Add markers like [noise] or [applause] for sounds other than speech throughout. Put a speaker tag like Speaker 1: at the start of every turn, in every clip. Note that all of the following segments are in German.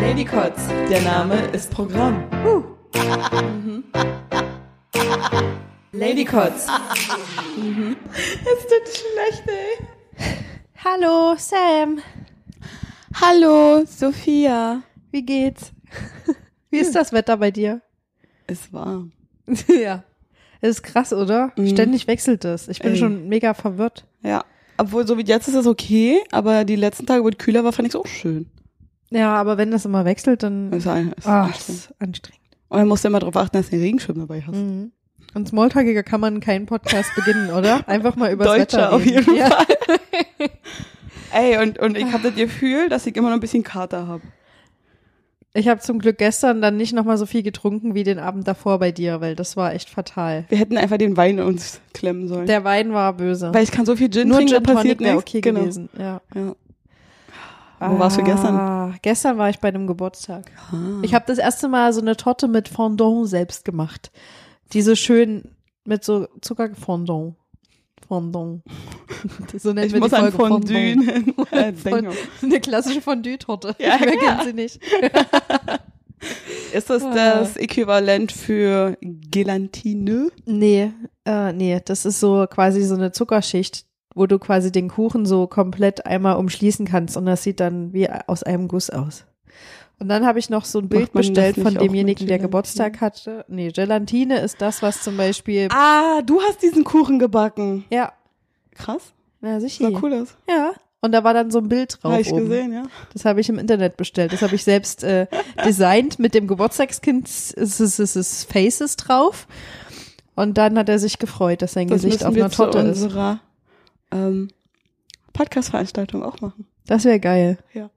Speaker 1: Lady Kotz, der Name ist Programm. Lady Kotz. Es tut schlecht, ey.
Speaker 2: Hallo, Sam.
Speaker 1: Hallo, Sophia.
Speaker 2: Wie geht's? Wie ist das Wetter bei dir?
Speaker 1: Es war.
Speaker 2: [laughs] ja. Es ist krass, oder?
Speaker 1: Mhm.
Speaker 2: Ständig wechselt es. Ich bin
Speaker 1: Ey.
Speaker 2: schon mega verwirrt.
Speaker 1: Ja. Obwohl, so wie jetzt ist es okay, aber die letzten Tage, wo es kühler war, fand ich es auch schön.
Speaker 2: Ja, aber wenn das immer wechselt, dann
Speaker 1: Ist ein, ist
Speaker 2: Ah,
Speaker 1: anstrengend.
Speaker 2: ist anstrengend.
Speaker 1: Und dann musst du immer darauf achten, dass du den Regenschirm dabei hast.
Speaker 2: Mhm. Und smalltalkiger kann man keinen Podcast
Speaker 1: [laughs]
Speaker 2: beginnen, oder? Einfach mal über
Speaker 1: Deutscher
Speaker 2: Wetter
Speaker 1: auf
Speaker 2: reden.
Speaker 1: jeden
Speaker 2: ja.
Speaker 1: Fall. Ey, und, und ich habe das Gefühl, dass ich immer noch ein bisschen Kater habe.
Speaker 2: Ich habe zum Glück gestern dann nicht nochmal so viel getrunken wie den Abend davor bei dir, weil das war echt fatal.
Speaker 1: Wir hätten einfach den Wein in uns klemmen sollen.
Speaker 2: Der Wein war böse.
Speaker 1: Weil ich kann so viel Gin
Speaker 2: Nur
Speaker 1: trinken, da
Speaker 2: Gin
Speaker 1: passiert
Speaker 2: Tonic wäre
Speaker 1: nichts. Genau.
Speaker 2: okay gewesen. Ja.
Speaker 1: Ja. Wo warst du gestern? Ah.
Speaker 2: Ah, Gestern war ich bei einem Geburtstag. Ich habe das erste Mal so eine Torte mit Fondant selbst gemacht. Die so schön mit so Zucker Fondant.
Speaker 1: [laughs]
Speaker 2: Fondant. So nennen
Speaker 1: Ich
Speaker 2: wir
Speaker 1: muss
Speaker 2: die
Speaker 1: an
Speaker 2: Folge
Speaker 1: Fondue
Speaker 2: [laughs]
Speaker 1: [laughs] äh,
Speaker 2: Fondant.
Speaker 1: denken.
Speaker 2: Eine klassische Fondue-Torte.
Speaker 1: Ja,
Speaker 2: Wer
Speaker 1: klar.
Speaker 2: kennt sie nicht?
Speaker 1: Ist das
Speaker 2: Ah.
Speaker 1: das Äquivalent für Gelatine?
Speaker 2: Nee, äh, nee, das ist so quasi so eine Zuckerschicht, wo du quasi den Kuchen so komplett einmal umschließen kannst und das sieht dann wie aus einem Guss aus. Und dann habe ich noch so ein Bild
Speaker 1: Macht man das
Speaker 2: bestellt
Speaker 1: nicht
Speaker 2: von
Speaker 1: auch mit
Speaker 2: demjenigen, der
Speaker 1: Gelatine?
Speaker 2: Geburtstag hatte. Nee, Gelatine ist das, was zum Beispiel.
Speaker 1: Ah, du hast diesen Kuchen gebacken.
Speaker 2: Ja,
Speaker 1: Krass.
Speaker 2: na
Speaker 1: Sah
Speaker 2: sicher.
Speaker 1: cool aus.
Speaker 2: Ja. Und da war dann so ein Bild drauf.
Speaker 1: Habe ich
Speaker 2: oben.
Speaker 1: gesehen, ja.
Speaker 2: Das habe ich im Internet bestellt. Das habe ich selbst
Speaker 1: [laughs]
Speaker 2: äh, designt mit dem Geburtstagskind s- s- s- s- Faces drauf. Und dann hat er sich gefreut, dass sein
Speaker 1: Das
Speaker 2: Gesicht
Speaker 1: müssen
Speaker 2: auf
Speaker 1: wir
Speaker 2: einer
Speaker 1: zu
Speaker 2: Torte ist.
Speaker 1: unserer ähm, Podcast-Veranstaltung auch machen.
Speaker 2: Das wäre geil.
Speaker 1: Ja.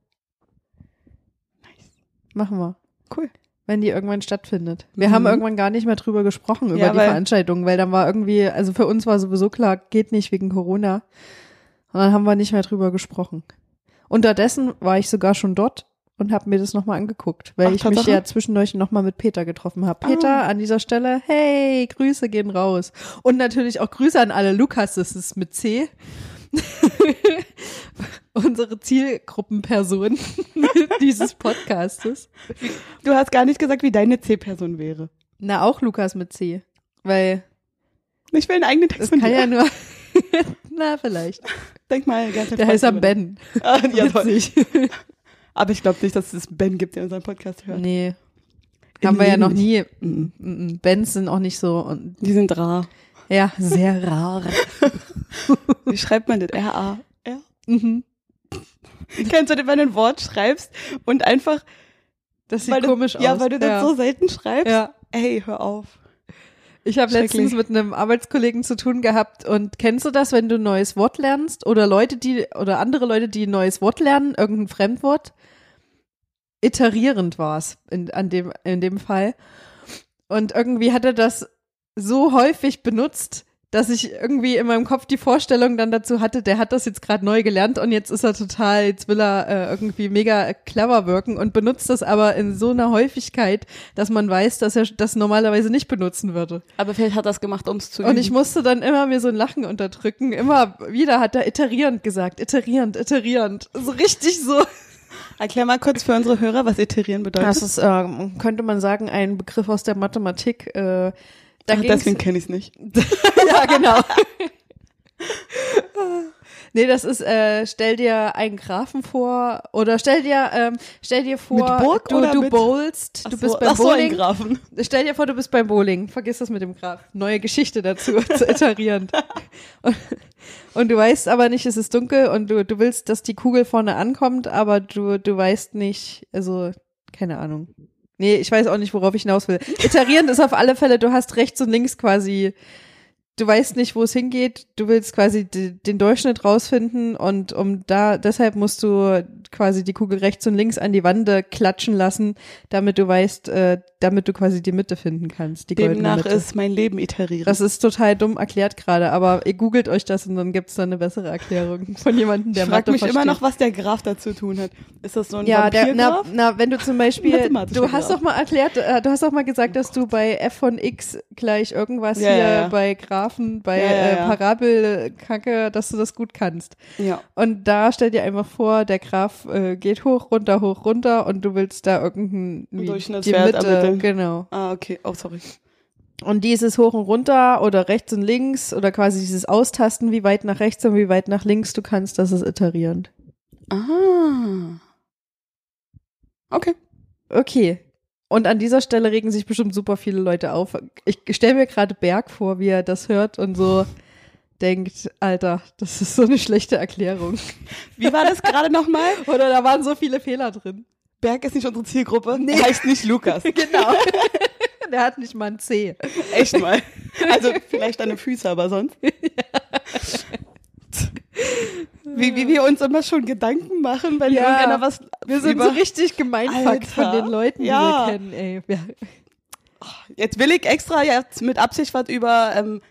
Speaker 2: Nice. Machen wir.
Speaker 1: Cool.
Speaker 2: Wenn die irgendwann stattfindet. Wir
Speaker 1: Mhm.
Speaker 2: haben irgendwann gar nicht mehr drüber gesprochen, über
Speaker 1: Ja,
Speaker 2: die
Speaker 1: weil-
Speaker 2: Veranstaltung, weil dann war irgendwie, also für uns war sowieso klar, geht nicht wegen Corona. Und dann haben wir nicht mehr drüber gesprochen. Unterdessen war ich sogar schon dort und habe mir das nochmal angeguckt, weil
Speaker 1: Ach,
Speaker 2: ich mich
Speaker 1: Tatsache?
Speaker 2: ja zwischendurch nochmal mit Peter getroffen
Speaker 1: Ah.
Speaker 2: habe. Peter, an dieser Stelle, hey, Grüße gehen raus. Und natürlich auch Grüße an alle Lukas, das ist mit C. [laughs] Unsere Zielgruppenperson [laughs] dieses Podcastes.
Speaker 1: Du hast gar nicht gesagt, wie deine C-Person wäre.
Speaker 2: Na, auch Lukas mit C. Weil
Speaker 1: Ich will einen eigenen Text
Speaker 2: es
Speaker 1: von
Speaker 2: kann
Speaker 1: dir.
Speaker 2: ja nur. [laughs] Na, vielleicht.
Speaker 1: Denk mal, ganz
Speaker 2: Der heißt am Ben.
Speaker 1: Ah, ja, toll.
Speaker 2: Witzig.
Speaker 1: Aber ich glaube nicht, dass es Ben gibt, der unseren Podcast hört.
Speaker 2: [laughs] Nee.
Speaker 1: Im
Speaker 2: haben wir ja
Speaker 1: Leben
Speaker 2: noch nie.
Speaker 1: Mhm.
Speaker 2: Mhm. Bands sind auch nicht so. Und,
Speaker 1: Die sind rar.
Speaker 2: ja, sehr rar.
Speaker 1: [laughs] Wie schreibt man das? R-A. R?
Speaker 2: Mhm.
Speaker 1: Kennst du das, wenn du ein Wort schreibst und einfach,
Speaker 2: Das sieht
Speaker 1: weil
Speaker 2: komisch
Speaker 1: du,
Speaker 2: aus.
Speaker 1: ja, weil du das
Speaker 2: ja.
Speaker 1: so selten schreibst?
Speaker 2: Ja.
Speaker 1: Ey, hör auf.
Speaker 2: Ich habe
Speaker 1: Schrecklich.
Speaker 2: letztens mit einem Arbeitskollegen zu tun gehabt und kennst du das, wenn du ein neues Wort lernst oder Leute, die oder andere Leute, die ein neues Wort lernen, irgendein Fremdwort? Iterierend war es in, an dem, in dem Fall. Und irgendwie hat er das so häufig benutzt, dass ich irgendwie in meinem Kopf die Vorstellung dann dazu hatte, der hat das jetzt gerade neu gelernt und jetzt ist er total, jetzt will er äh, irgendwie mega clever wirken und benutzt das aber in so einer Häufigkeit, dass man weiß, dass er das normalerweise nicht benutzen würde.
Speaker 1: Aber vielleicht hat das gemacht, um es zu
Speaker 2: Und ich musste dann immer mir so ein Lachen unterdrücken. Immer wieder hat er iterierend gesagt. Iterierend, iterierend. So richtig so.
Speaker 1: Erklär mal kurz für unsere Hörer, was iterieren bedeutet.
Speaker 2: Das ist, ähm, könnte man sagen, ein Begriff aus der Mathematik. Äh, da
Speaker 1: Ach,
Speaker 2: ging's- [laughs]
Speaker 1: deswegen kenne ich es nicht.
Speaker 2: ja, genau. [laughs] nee, das ist, äh, stell dir einen Graphen vor oder stell dir, ähm, stell dir vor,
Speaker 1: Mit Burg
Speaker 2: du,
Speaker 1: oder
Speaker 2: du
Speaker 1: mit-
Speaker 2: bowlst,
Speaker 1: Ach
Speaker 2: du
Speaker 1: so,
Speaker 2: bist beim
Speaker 1: Ach so, ein
Speaker 2: Bowling.
Speaker 1: Graphen.
Speaker 2: Stell dir vor, du bist beim Bowling. Vergiss das mit dem Graf. Neue Geschichte dazu, [laughs] zu iterierend. Und, und du weißt aber nicht, es ist dunkel und du, du willst, dass die Kugel vorne ankommt, aber du, du weißt nicht, also, keine Ahnung. Nee, ich weiß auch nicht, worauf ich hinaus will. Iterierend ist auf alle Fälle, du hast rechts und links quasi, du weißt nicht, wo es hingeht, du willst quasi die, den Durchschnitt rausfinden und um da, deshalb musst du quasi die Kugel rechts und links an die Wande klatschen lassen, damit du weißt, äh, damit du quasi die Mitte finden kannst, die
Speaker 1: [laughs]
Speaker 2: goldene
Speaker 1: Demnach
Speaker 2: Mitte.
Speaker 1: ist mein Leben iterieren.
Speaker 2: das ist total dumm erklärt gerade, aber ihr googelt euch das und dann gibt's da eine bessere Erklärung von jemandem, der
Speaker 1: ich frage
Speaker 2: Mathe
Speaker 1: mich immer
Speaker 2: versteht.
Speaker 1: noch, was der Graf dazu zu tun hat. Ist das so ein
Speaker 2: Ja, der, na,
Speaker 1: Vampirgraf?
Speaker 2: na, wenn du zum Beispiel,
Speaker 1: Mathematischer
Speaker 2: du hast
Speaker 1: Graph.
Speaker 2: doch mal erklärt, äh, du hast doch mal gesagt, dass du bei f von x gleich irgendwas
Speaker 1: Ja,
Speaker 2: hier
Speaker 1: ja, ja.
Speaker 2: bei Graph Graphen, bei
Speaker 1: Ja, ja,
Speaker 2: äh,
Speaker 1: ja.
Speaker 2: Parabelkacke, dass du das gut kannst.
Speaker 1: Ja.
Speaker 2: Und da stell dir einfach vor, der Graph äh, geht hoch, runter, hoch, runter und du willst da irgendeinen die
Speaker 1: Durchschnittswert ermitteln.
Speaker 2: Genau.
Speaker 1: Ah, okay. Oh, sorry.
Speaker 2: Und dieses hoch und runter oder rechts und links oder quasi dieses Austasten, wie weit nach rechts und wie weit nach links du kannst, das ist iterierend.
Speaker 1: Ah. Okay.
Speaker 2: Okay. Und an dieser Stelle regen sich bestimmt super viele Leute auf. Ich stelle mir gerade Berg vor, wie er das hört und so [laughs] denkt, Alter, das ist so eine schlechte Erklärung.
Speaker 1: Wie war das gerade nochmal?
Speaker 2: Oder da waren so viele Fehler drin.
Speaker 1: Berg ist nicht unsere Zielgruppe. Nee. Heißt nicht
Speaker 2: [laughs]
Speaker 1: Lukas.
Speaker 2: Genau. Der hat nicht mal ein C.
Speaker 1: Echt
Speaker 2: [laughs]
Speaker 1: mal. Also vielleicht deine Füße, aber sonst. Wie, wie wir uns immer schon Gedanken machen, wenn
Speaker 2: Ja.
Speaker 1: irgendeiner was
Speaker 2: Wir sind
Speaker 1: über-
Speaker 2: so richtig gemeinfuckt von
Speaker 1: Alter.
Speaker 2: den Leuten,
Speaker 1: Ja.
Speaker 2: die wir kennen, ey. Ja.
Speaker 1: Jetzt will ich extra jetzt mit Absicht was über ähm,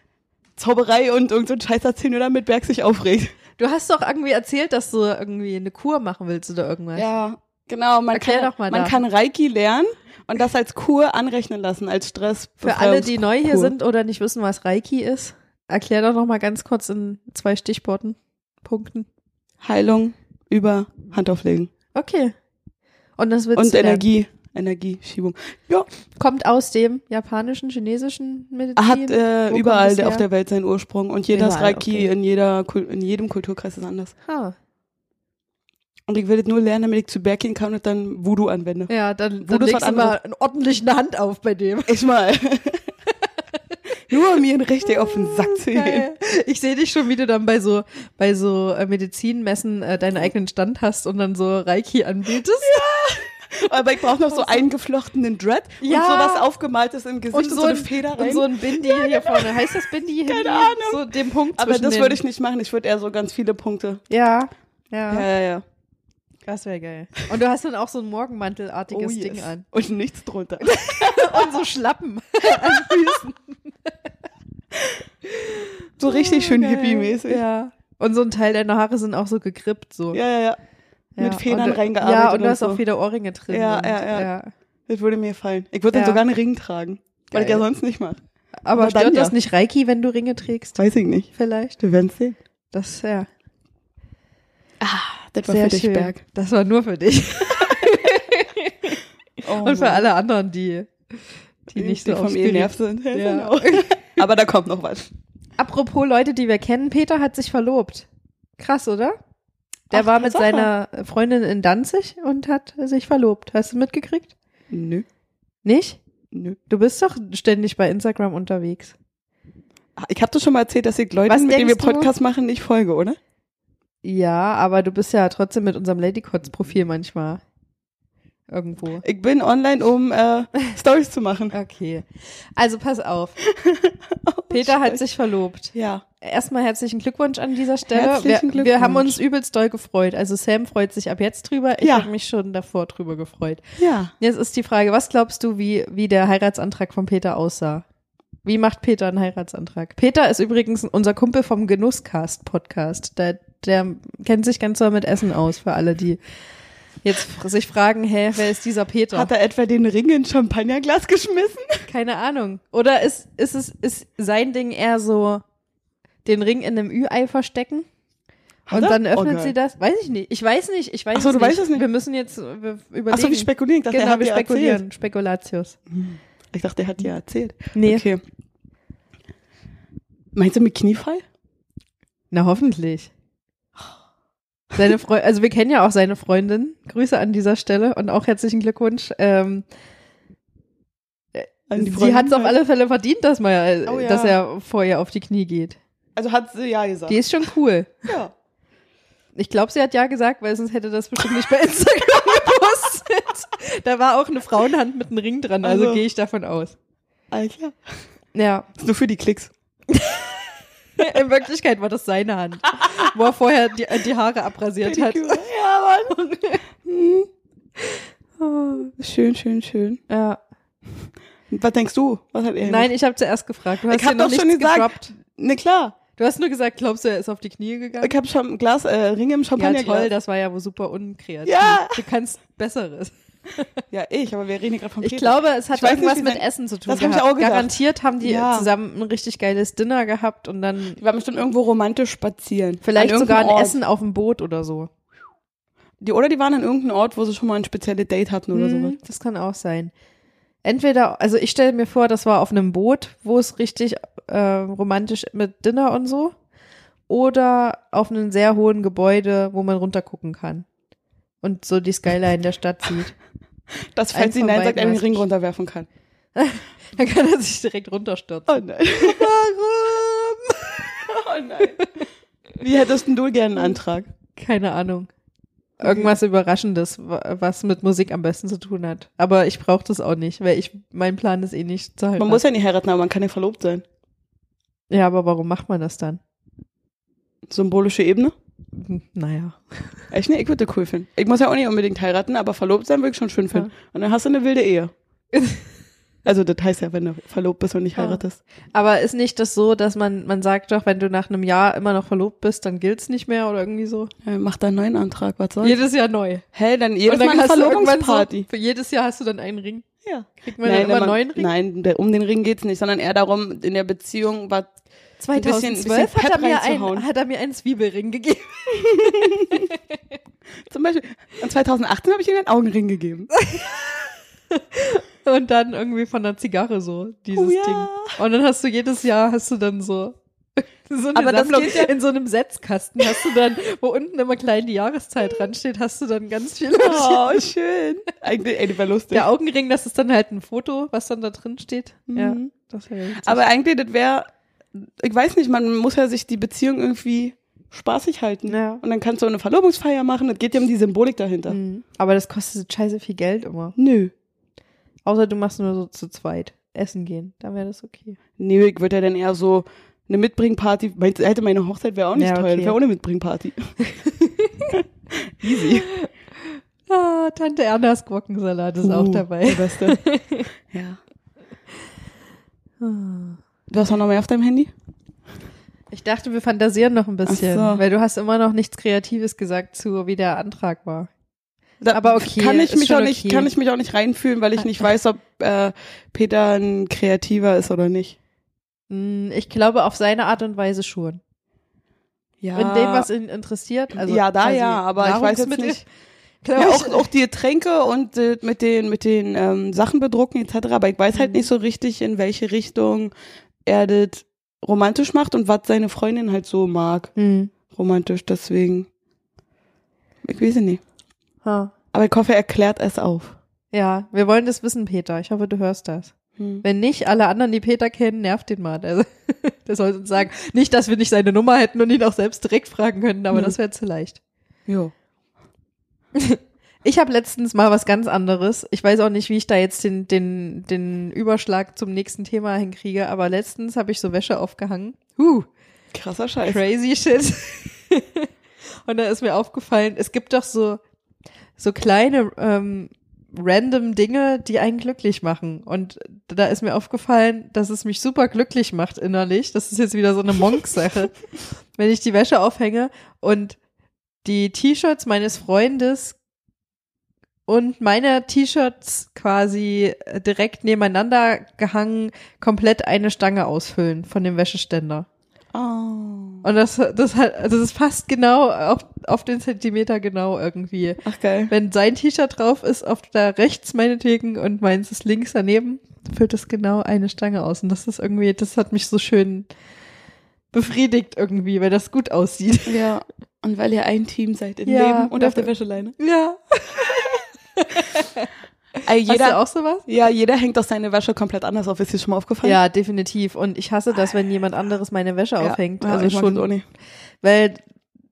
Speaker 1: Zauberei und irgend so einen Scheiß erzählen, oder mit Berg sich aufregt.
Speaker 2: Du hast doch irgendwie erzählt, dass du irgendwie eine Kur machen willst oder irgendwas.
Speaker 1: Ja, genau. Man,
Speaker 2: Erklär
Speaker 1: kann,
Speaker 2: doch mal
Speaker 1: man
Speaker 2: da.
Speaker 1: kann Reiki lernen und das als Kur anrechnen lassen, als Stress.
Speaker 2: Für alle, die neu hier sind oder nicht wissen, was Reiki ist, erklär doch noch mal ganz kurz in zwei Stichworten, Punkten.
Speaker 1: Heilung über Handauflegen.
Speaker 2: Okay. Und das wird
Speaker 1: Und Energie. Energieschiebung. Ja,
Speaker 2: kommt aus dem japanischen, chinesischen Medizin.
Speaker 1: hat äh,
Speaker 2: kommt
Speaker 1: überall
Speaker 2: das her?
Speaker 1: auf der Welt seinen Ursprung und jedes
Speaker 2: Überall,
Speaker 1: Reiki
Speaker 2: okay.
Speaker 1: in, jeder, Kul- in jedem Kulturkreis ist anders.
Speaker 2: ha.
Speaker 1: Und ich will das nur lernen, damit ich zu Berg gehen kann und dann Voodoo anwende.
Speaker 2: Ja, dann,
Speaker 1: Wo
Speaker 2: dann
Speaker 1: das
Speaker 2: legst
Speaker 1: was
Speaker 2: du mal einen ordentlichen Hand auf
Speaker 1: [laughs]
Speaker 2: bei dem.
Speaker 1: Ich mal. nur um mir richtig auf den Sack zu gehen.
Speaker 2: [laughs] Geil. Ich sehe dich schon, wie du dann bei so bei so äh, Medizinmessen äh, deinen eigenen Stand hast und dann so Reiki anbietest.
Speaker 1: Aber ich brauche noch so eingeflochtenen Dread
Speaker 2: Oh, Ja.
Speaker 1: und sowas aufgemaltes im Gesicht und, so, eine
Speaker 2: ein-
Speaker 1: Feder rein.
Speaker 2: und so ein Bindi hier vorne. Heißt das
Speaker 1: [laughs]
Speaker 2: Bindi? Keine
Speaker 1: Ahnung.
Speaker 2: So den Punkt
Speaker 1: Aber
Speaker 2: zwischen
Speaker 1: das
Speaker 2: den-
Speaker 1: würde ich nicht machen. Ich würde eher so ganz viele Punkte.
Speaker 2: Ja. Ja.
Speaker 1: ja, ja.
Speaker 2: Das wäre geil. Und du hast dann auch so ein Morgenmantelartiges
Speaker 1: Oh, yes.
Speaker 2: Ding an.
Speaker 1: Und nichts
Speaker 2: [laughs]
Speaker 1: drunter.
Speaker 2: Und so Schlappen.
Speaker 1: So richtig schön
Speaker 2: Oh, Geil.
Speaker 1: hippie-mäßig. Ja.
Speaker 2: Ja. Und so ein Teil deiner Haare sind auch so gekrippt so.
Speaker 1: ja, ja, Mit
Speaker 2: Ja.
Speaker 1: Federn
Speaker 2: und,
Speaker 1: reingearbeitet.
Speaker 2: Ja, und da ist
Speaker 1: so.
Speaker 2: auch wieder Ohrringe drin.
Speaker 1: Ja,
Speaker 2: und,
Speaker 1: ja, ja. Das würde mir fallen. Ich würde
Speaker 2: Ja.
Speaker 1: dann sogar einen Ring tragen. Weil ich
Speaker 2: Geil.
Speaker 1: ja sonst nicht mache. Aber
Speaker 2: Aber
Speaker 1: dann
Speaker 2: stört das
Speaker 1: ja.
Speaker 2: nicht Reiki, wenn du Ringe trägst?
Speaker 1: Weiß ich nicht.
Speaker 2: Vielleicht.
Speaker 1: Du werden sehen.
Speaker 2: Das, ja.
Speaker 1: Das
Speaker 2: Sehr schön. Das war nur für dich.
Speaker 1: Oh
Speaker 2: und für alle anderen, die, Oh die nicht so auf
Speaker 1: vom E
Speaker 2: Spirit-
Speaker 1: Nerv sind. [laughs] Ja.
Speaker 2: Ja.
Speaker 1: Genau. Aber da kommt noch was.
Speaker 2: [laughs] Apropos Leute, die wir kennen, Peter hat sich verlobt. Krass, oder? Der
Speaker 1: Ach,
Speaker 2: war mit
Speaker 1: Tatsache.
Speaker 2: seiner Freundin in Danzig und hat sich verlobt. Hast du mitgekriegt?
Speaker 1: Nö,
Speaker 2: Nicht?
Speaker 1: nö.
Speaker 2: Du bist doch ständig bei Instagram unterwegs.
Speaker 1: Ah, Ich habe dir schon mal erzählt, dass ich Leuten,
Speaker 2: Was
Speaker 1: mit denen wir
Speaker 2: denkst du?
Speaker 1: Podcast machen, nicht folge, oder?
Speaker 2: Ja, aber du bist ja trotzdem mit unserem Ladycots-Profil manchmal irgendwo.
Speaker 1: Ich bin online, um
Speaker 2: [laughs]
Speaker 1: äh, Stories zu machen.
Speaker 2: Okay. Also
Speaker 1: [laughs]
Speaker 2: pass auf.
Speaker 1: Oh,
Speaker 2: Peter hat sich verlobt.
Speaker 1: Ja.
Speaker 2: Erstmal herzlichen Glückwunsch an dieser Stelle. Wir,
Speaker 1: Herzlichen
Speaker 2: wir haben
Speaker 1: Glückwunsch.
Speaker 2: uns übelst doll gefreut. Also Sam freut sich ab jetzt drüber. Ich
Speaker 1: Ja.
Speaker 2: habe mich schon davor drüber gefreut.
Speaker 1: Ja.
Speaker 2: Jetzt ist die Frage, was glaubst du, wie, wie der Heiratsantrag von Peter aussah? Wie macht Peter einen Heiratsantrag? Peter ist übrigens unser Kumpel vom Genusscast-Podcast. Der, der kennt sich ganz doll mit Essen aus, für alle, die jetzt f- sich fragen, hä, wer ist dieser Peter?
Speaker 1: Hat er etwa den Ring in Champagnerglas geschmissen?
Speaker 2: Keine Ahnung. Oder ist, ist es, ist sein Ding eher so, den Ring in einem Ü-Ei verstecken?
Speaker 1: Hat
Speaker 2: und
Speaker 1: er?
Speaker 2: dann öffnet
Speaker 1: Oh, geil.
Speaker 2: sie das? Weiß ich nicht. Ich weiß nicht. Ich weiß
Speaker 1: Ach so,
Speaker 2: es
Speaker 1: du
Speaker 2: nicht.
Speaker 1: weißt es nicht.
Speaker 2: Wir müssen jetzt äh, wir überlegen.
Speaker 1: Achso, wir spekulieren. Ich dachte, er
Speaker 2: Genau,
Speaker 1: hat
Speaker 2: wir
Speaker 1: dir
Speaker 2: spekulieren.
Speaker 1: Erzählt.
Speaker 2: Spekulatius.
Speaker 1: Ich dachte, er hat dir erzählt.
Speaker 2: Nee.
Speaker 1: Okay. Meinst du mit Kniefall?
Speaker 2: Na, hoffentlich. Seine Freu also wir kennen ja auch seine Freundin. Grüße an dieser Stelle und auch herzlichen Glückwunsch. Ähm,
Speaker 1: Also die
Speaker 2: sie
Speaker 1: Freundin
Speaker 2: hat es auf
Speaker 1: halt.
Speaker 2: alle Fälle verdient, dass, man, äh,
Speaker 1: Oh ja.
Speaker 2: dass er vor ihr auf die Knie geht.
Speaker 1: Also hat sie ja gesagt.
Speaker 2: Die ist schon cool.
Speaker 1: ja.
Speaker 2: Ich glaube, sie hat ja gesagt, weil sonst hätte das bestimmt nicht bei Instagram [laughs] gepostet. Da war auch eine Frauenhand mit einem Ring dran, also,
Speaker 1: Also.
Speaker 2: gehe ich davon aus.
Speaker 1: Alter.
Speaker 2: Ja,
Speaker 1: Ist nur für die Klicks.
Speaker 2: in Wirklichkeit war das seine Hand, wo er vorher die, die Haare abrasiert
Speaker 1: [laughs]
Speaker 2: hat.
Speaker 1: Ja, Mann. [laughs] Hm. Schön, schön, schön.
Speaker 2: Ja.
Speaker 1: Und Was denkst du? Was hat er
Speaker 2: Nein, ich habe zuerst gefragt. Du hast
Speaker 1: Ich hab
Speaker 2: hier noch
Speaker 1: doch
Speaker 2: nichts
Speaker 1: schon gesagt.
Speaker 2: gedroppt.
Speaker 1: Ne, klar.
Speaker 2: Du hast nur gesagt, glaubst du, er ist auf die Knie gegangen?
Speaker 1: Ich habe schon ein Glas äh, Ringe im
Speaker 2: Ja,
Speaker 1: Champagnerglas.
Speaker 2: toll, das war ja wohl super unkreativ.
Speaker 1: Ja.
Speaker 2: Du kannst Besseres.
Speaker 1: Ja, ich, aber wir reden hier gerade vom
Speaker 2: Ich
Speaker 1: Peter.
Speaker 2: glaube, es hat
Speaker 1: Ich weiß nicht,
Speaker 2: irgendwas
Speaker 1: wie
Speaker 2: mit
Speaker 1: sein-
Speaker 2: Essen zu tun.
Speaker 1: Das hab ich
Speaker 2: gehabt.
Speaker 1: auch gedacht.
Speaker 2: Garantiert haben die
Speaker 1: Ja.
Speaker 2: zusammen ein richtig geiles Dinner gehabt und dann
Speaker 1: Wir waren bestimmt irgendwo romantisch spazieren.
Speaker 2: vielleicht
Speaker 1: An
Speaker 2: sogar ein
Speaker 1: irgendeinem Ort.
Speaker 2: Essen auf dem Boot oder so.
Speaker 1: Die, oder die waren an irgendeinem Ort, wo sie schon mal ein spezielles Date hatten oder
Speaker 2: Hm,
Speaker 1: sowas.
Speaker 2: Das kann auch sein. Entweder, also ich stelle mir vor, das war auf einem Boot, wo es richtig äh, romantisch mit Dinner und so. Oder auf einem sehr hohen Gebäude, wo man runtergucken kann. Und so die Skyline der Stadt sieht.
Speaker 1: Das,
Speaker 2: Eins
Speaker 1: falls sie
Speaker 2: von
Speaker 1: Nein
Speaker 2: beiden
Speaker 1: sagt, einen
Speaker 2: weiß
Speaker 1: Ring
Speaker 2: ich.
Speaker 1: runterwerfen kann.
Speaker 2: [laughs] Dann kann er sich direkt runterstürzen.
Speaker 1: Oh nein. Warum? oh nein. Wie hättest denn du gerne einen Antrag?
Speaker 2: Keine Ahnung.
Speaker 1: Mhm.
Speaker 2: Irgendwas Überraschendes, wa- was mit Musik am besten zu tun hat. Aber ich brauche das auch nicht, weil ich, mein Plan ist eh nicht zu heiraten.
Speaker 1: Man muss ja nicht heiraten, aber man kann ja verlobt sein.
Speaker 2: ja, aber warum macht man das dann?
Speaker 1: Symbolische Ebene?
Speaker 2: Hm, Naja.
Speaker 1: Echt ne, ich würde das cool finden. Ich muss ja auch nicht unbedingt heiraten, aber verlobt sein würde ich schon schön finden. Und dann hast du eine wilde [laughs] Ehe. Also das heißt ja, wenn du verlobt bist und nicht
Speaker 2: Ja.
Speaker 1: heiratest.
Speaker 2: Aber ist nicht das so, dass man, man sagt doch, wenn du nach einem Jahr immer noch verlobt bist, dann gilt's nicht mehr oder irgendwie so?
Speaker 1: Äh, mach da einen neuen Antrag, was soll's?
Speaker 2: Jedes Jahr neu.
Speaker 1: Hä, dann jedes
Speaker 2: Und dann
Speaker 1: Mal eine
Speaker 2: hast du irgendwann
Speaker 1: Verlobungsparty.
Speaker 2: So, für jedes Jahr hast du dann einen Ring.
Speaker 1: ja.
Speaker 2: Kriegt man dann immer einen neuen Ring?
Speaker 1: nein, der- um den Ring geht's nicht, sondern eher darum, in der Beziehung was ein bisschen- bisschen Pep
Speaker 2: hat, er mir
Speaker 1: reinzuhauen.
Speaker 2: ein, hat er mir einen Zwiebelring gegeben.
Speaker 1: Zum Beispiel, und 2018 habe ich ihm einen Augenring gegeben.
Speaker 2: Und dann irgendwie von einer Zigarre so, dieses
Speaker 1: Oh ja.
Speaker 2: Ding. Und dann hast du jedes Jahr, hast du dann so, [laughs] so eine
Speaker 1: Aber das
Speaker 2: Sammlung
Speaker 1: geht ja-
Speaker 2: in so einem Setzkasten hast du dann, wo unten immer klein die Jahreszeit dran steht, hast du dann ganz viele.
Speaker 1: Oh, [laughs] schön. Eigentlich, ey, die war lustig.
Speaker 2: Der Augenring, das ist dann halt ein Foto, was dann da drin steht. Ja,
Speaker 1: Mhm.
Speaker 2: das wäre witzig.
Speaker 1: Aber eigentlich, das wäre, ich weiß nicht, man muss ja sich die Beziehung irgendwie spaßig halten.
Speaker 2: Ja.
Speaker 1: Und dann kannst du eine Verlobungsfeier machen, das geht ja um die Symbolik dahinter.
Speaker 2: Mhm. aber das kostet scheiße viel Geld immer.
Speaker 1: Nö.
Speaker 2: Außer du machst nur so zu zweit essen gehen, dann wäre das okay.
Speaker 1: Nee, ich würde ja dann eher so eine Mitbringparty, meinst du, hätte meine Hochzeit wäre auch nicht
Speaker 2: Ja,
Speaker 1: toll,
Speaker 2: okay.
Speaker 1: wäre auch eine Mitbringparty.
Speaker 2: Ah, Tante Ernas Gurkensalat ist auch
Speaker 1: Uh,
Speaker 2: dabei.
Speaker 1: Der
Speaker 2: [laughs]
Speaker 1: Beste. ja.
Speaker 2: Ah.
Speaker 1: Du hast auch noch mehr auf deinem Handy?
Speaker 2: Ich dachte, wir fantasieren noch ein bisschen,
Speaker 1: Ach so.
Speaker 2: weil du hast immer noch nichts Kreatives gesagt zu, wie der Antrag war.
Speaker 1: Da
Speaker 2: Aber okay,
Speaker 1: kann ich
Speaker 2: ist
Speaker 1: mich
Speaker 2: schon
Speaker 1: auch nicht,
Speaker 2: okay. Ah.
Speaker 1: kann ich mich auch nicht reinfühlen, weil ich nicht weiß, ob äh, Peter ein Kreativer ist oder nicht.
Speaker 2: Hm, Ich glaube, auf seine Art und Weise schon.
Speaker 1: Ja.
Speaker 2: In dem, was ihn interessiert. Also
Speaker 1: ja, da
Speaker 2: quasi
Speaker 1: ja, aber ich weiß jetzt
Speaker 2: Nahrungsmittel,
Speaker 1: nicht.
Speaker 2: glaub
Speaker 1: Ja,
Speaker 2: ich.
Speaker 1: auch, auch die Getränke und äh, mit den mit den ähm, Sachen bedrucken etc. Aber ich weiß halt
Speaker 2: Mhm.
Speaker 1: nicht so richtig, in welche Richtung er das romantisch macht und was seine Freundin halt so mag
Speaker 2: Hm.
Speaker 1: romantisch. Deswegen, ich weiß es nicht.
Speaker 2: Ha.
Speaker 1: Aber ich hoffe, er klärt es auf.
Speaker 2: Ja, wir wollen das wissen, Peter. Ich hoffe, du hörst das. Wenn nicht, alle anderen, die Peter kennen, nervt den mal. Also, [laughs] der soll uns sagen, nicht, dass wir nicht seine Nummer hätten und ihn auch selbst direkt fragen könnten, aber
Speaker 1: Hm.
Speaker 2: das wäre zu leicht.
Speaker 1: Jo.
Speaker 2: Ich habe letztens mal was ganz anderes. Ich weiß auch nicht, wie ich da jetzt den, den, den Überschlag zum nächsten Thema hinkriege, aber letztens habe ich so Wäsche aufgehangen. Huh,
Speaker 1: Krasser Scheiß.
Speaker 2: crazy shit. [laughs] Und da ist mir aufgefallen, es gibt doch so, so kleine ähm, random Dinge, die einen glücklich machen. Und da ist mir aufgefallen, dass es mich super glücklich macht innerlich. Das ist jetzt wieder so eine Monk-Sache. Wenn ich die Wäsche aufhänge und die T-Shirts meines Freundes und meine T-Shirts quasi äh, direkt nebeneinander gehangen, komplett eine Stange ausfüllen von dem Wäscheständer.
Speaker 1: Oh.
Speaker 2: Und das, das hat, also das ist fast genau auf, auf den Zentimeter genau irgendwie.
Speaker 1: Ach geil.
Speaker 2: Wenn sein T-Shirt drauf ist, auf der rechts meinetwegen und meins ist links daneben, füllt das genau eine Stange aus. Und das ist irgendwie, das hat mich so schön befriedigt irgendwie, weil das gut aussieht.
Speaker 1: Ja. Und weil ihr ein Team seid im
Speaker 2: Ja.
Speaker 1: Leben und auf der Wäscheleine.
Speaker 2: Ja.
Speaker 1: Ey,
Speaker 2: Jeder Hast du
Speaker 1: jeder,
Speaker 2: auch sowas?
Speaker 1: Also, ja, jeder hängt doch seine Wäsche komplett anders auf. Ist dir schon mal aufgefallen?
Speaker 2: Ja, definitiv. Und ich hasse das, wenn jemand anderes meine Wäsche
Speaker 1: Ja.
Speaker 2: aufhängt.
Speaker 1: Ja,
Speaker 2: also
Speaker 1: ich mag
Speaker 2: schon
Speaker 1: das auch nicht.
Speaker 2: weil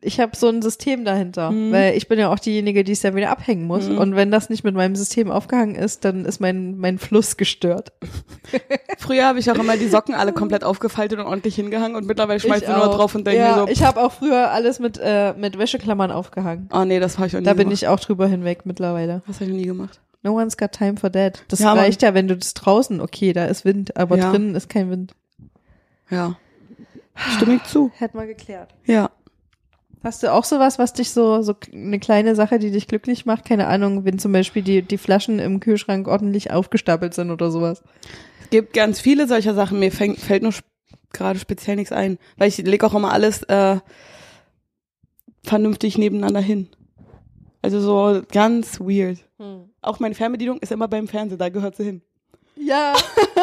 Speaker 2: ich habe so ein System dahinter,
Speaker 1: Mhm.
Speaker 2: weil ich bin ja auch diejenige, die es dann wieder abhängen muss.
Speaker 1: Mhm.
Speaker 2: Und wenn das nicht mit meinem System aufgehangen ist, dann ist mein, mein Fluss gestört.
Speaker 1: Früher habe ich auch immer die Socken alle komplett aufgefaltet und ordentlich hingehangen und mittlerweile schmeißt
Speaker 2: Ich
Speaker 1: du nur
Speaker 2: auch.
Speaker 1: drauf und denkst
Speaker 2: ja,
Speaker 1: mir so,
Speaker 2: Ich habe auch früher alles mit, äh, mit Wäscheklammern aufgehangen.
Speaker 1: oh nee, das habe ich auch nie
Speaker 2: Da bin
Speaker 1: gemacht.
Speaker 2: ich auch drüber hinweg mittlerweile.
Speaker 1: Das habe ich nie gemacht.
Speaker 2: No one's got time for that. Das
Speaker 1: Ja, Mann.
Speaker 2: reicht ja, wenn du das draußen, okay, da ist Wind, aber
Speaker 1: Ja.
Speaker 2: drinnen ist kein Wind. [sighs]
Speaker 1: Ja. Stimme ich zu.
Speaker 2: Hätte mal geklärt.
Speaker 1: Ja.
Speaker 2: Hast du auch sowas, was dich so, so eine kleine Sache, die dich glücklich macht? Keine Ahnung, wenn zum Beispiel die, die Flaschen im Kühlschrank ordentlich aufgestapelt sind oder sowas.
Speaker 1: Es gibt ganz viele solcher Sachen. Mir fängt, fällt nur sp- gerade speziell nichts ein. Weil ich lege auch immer alles äh, vernünftig nebeneinander hin. Also so ganz weird.
Speaker 2: Hm.
Speaker 1: Auch meine Fernbedienung ist immer beim Fernseher, da gehört sie hin.
Speaker 2: Ja,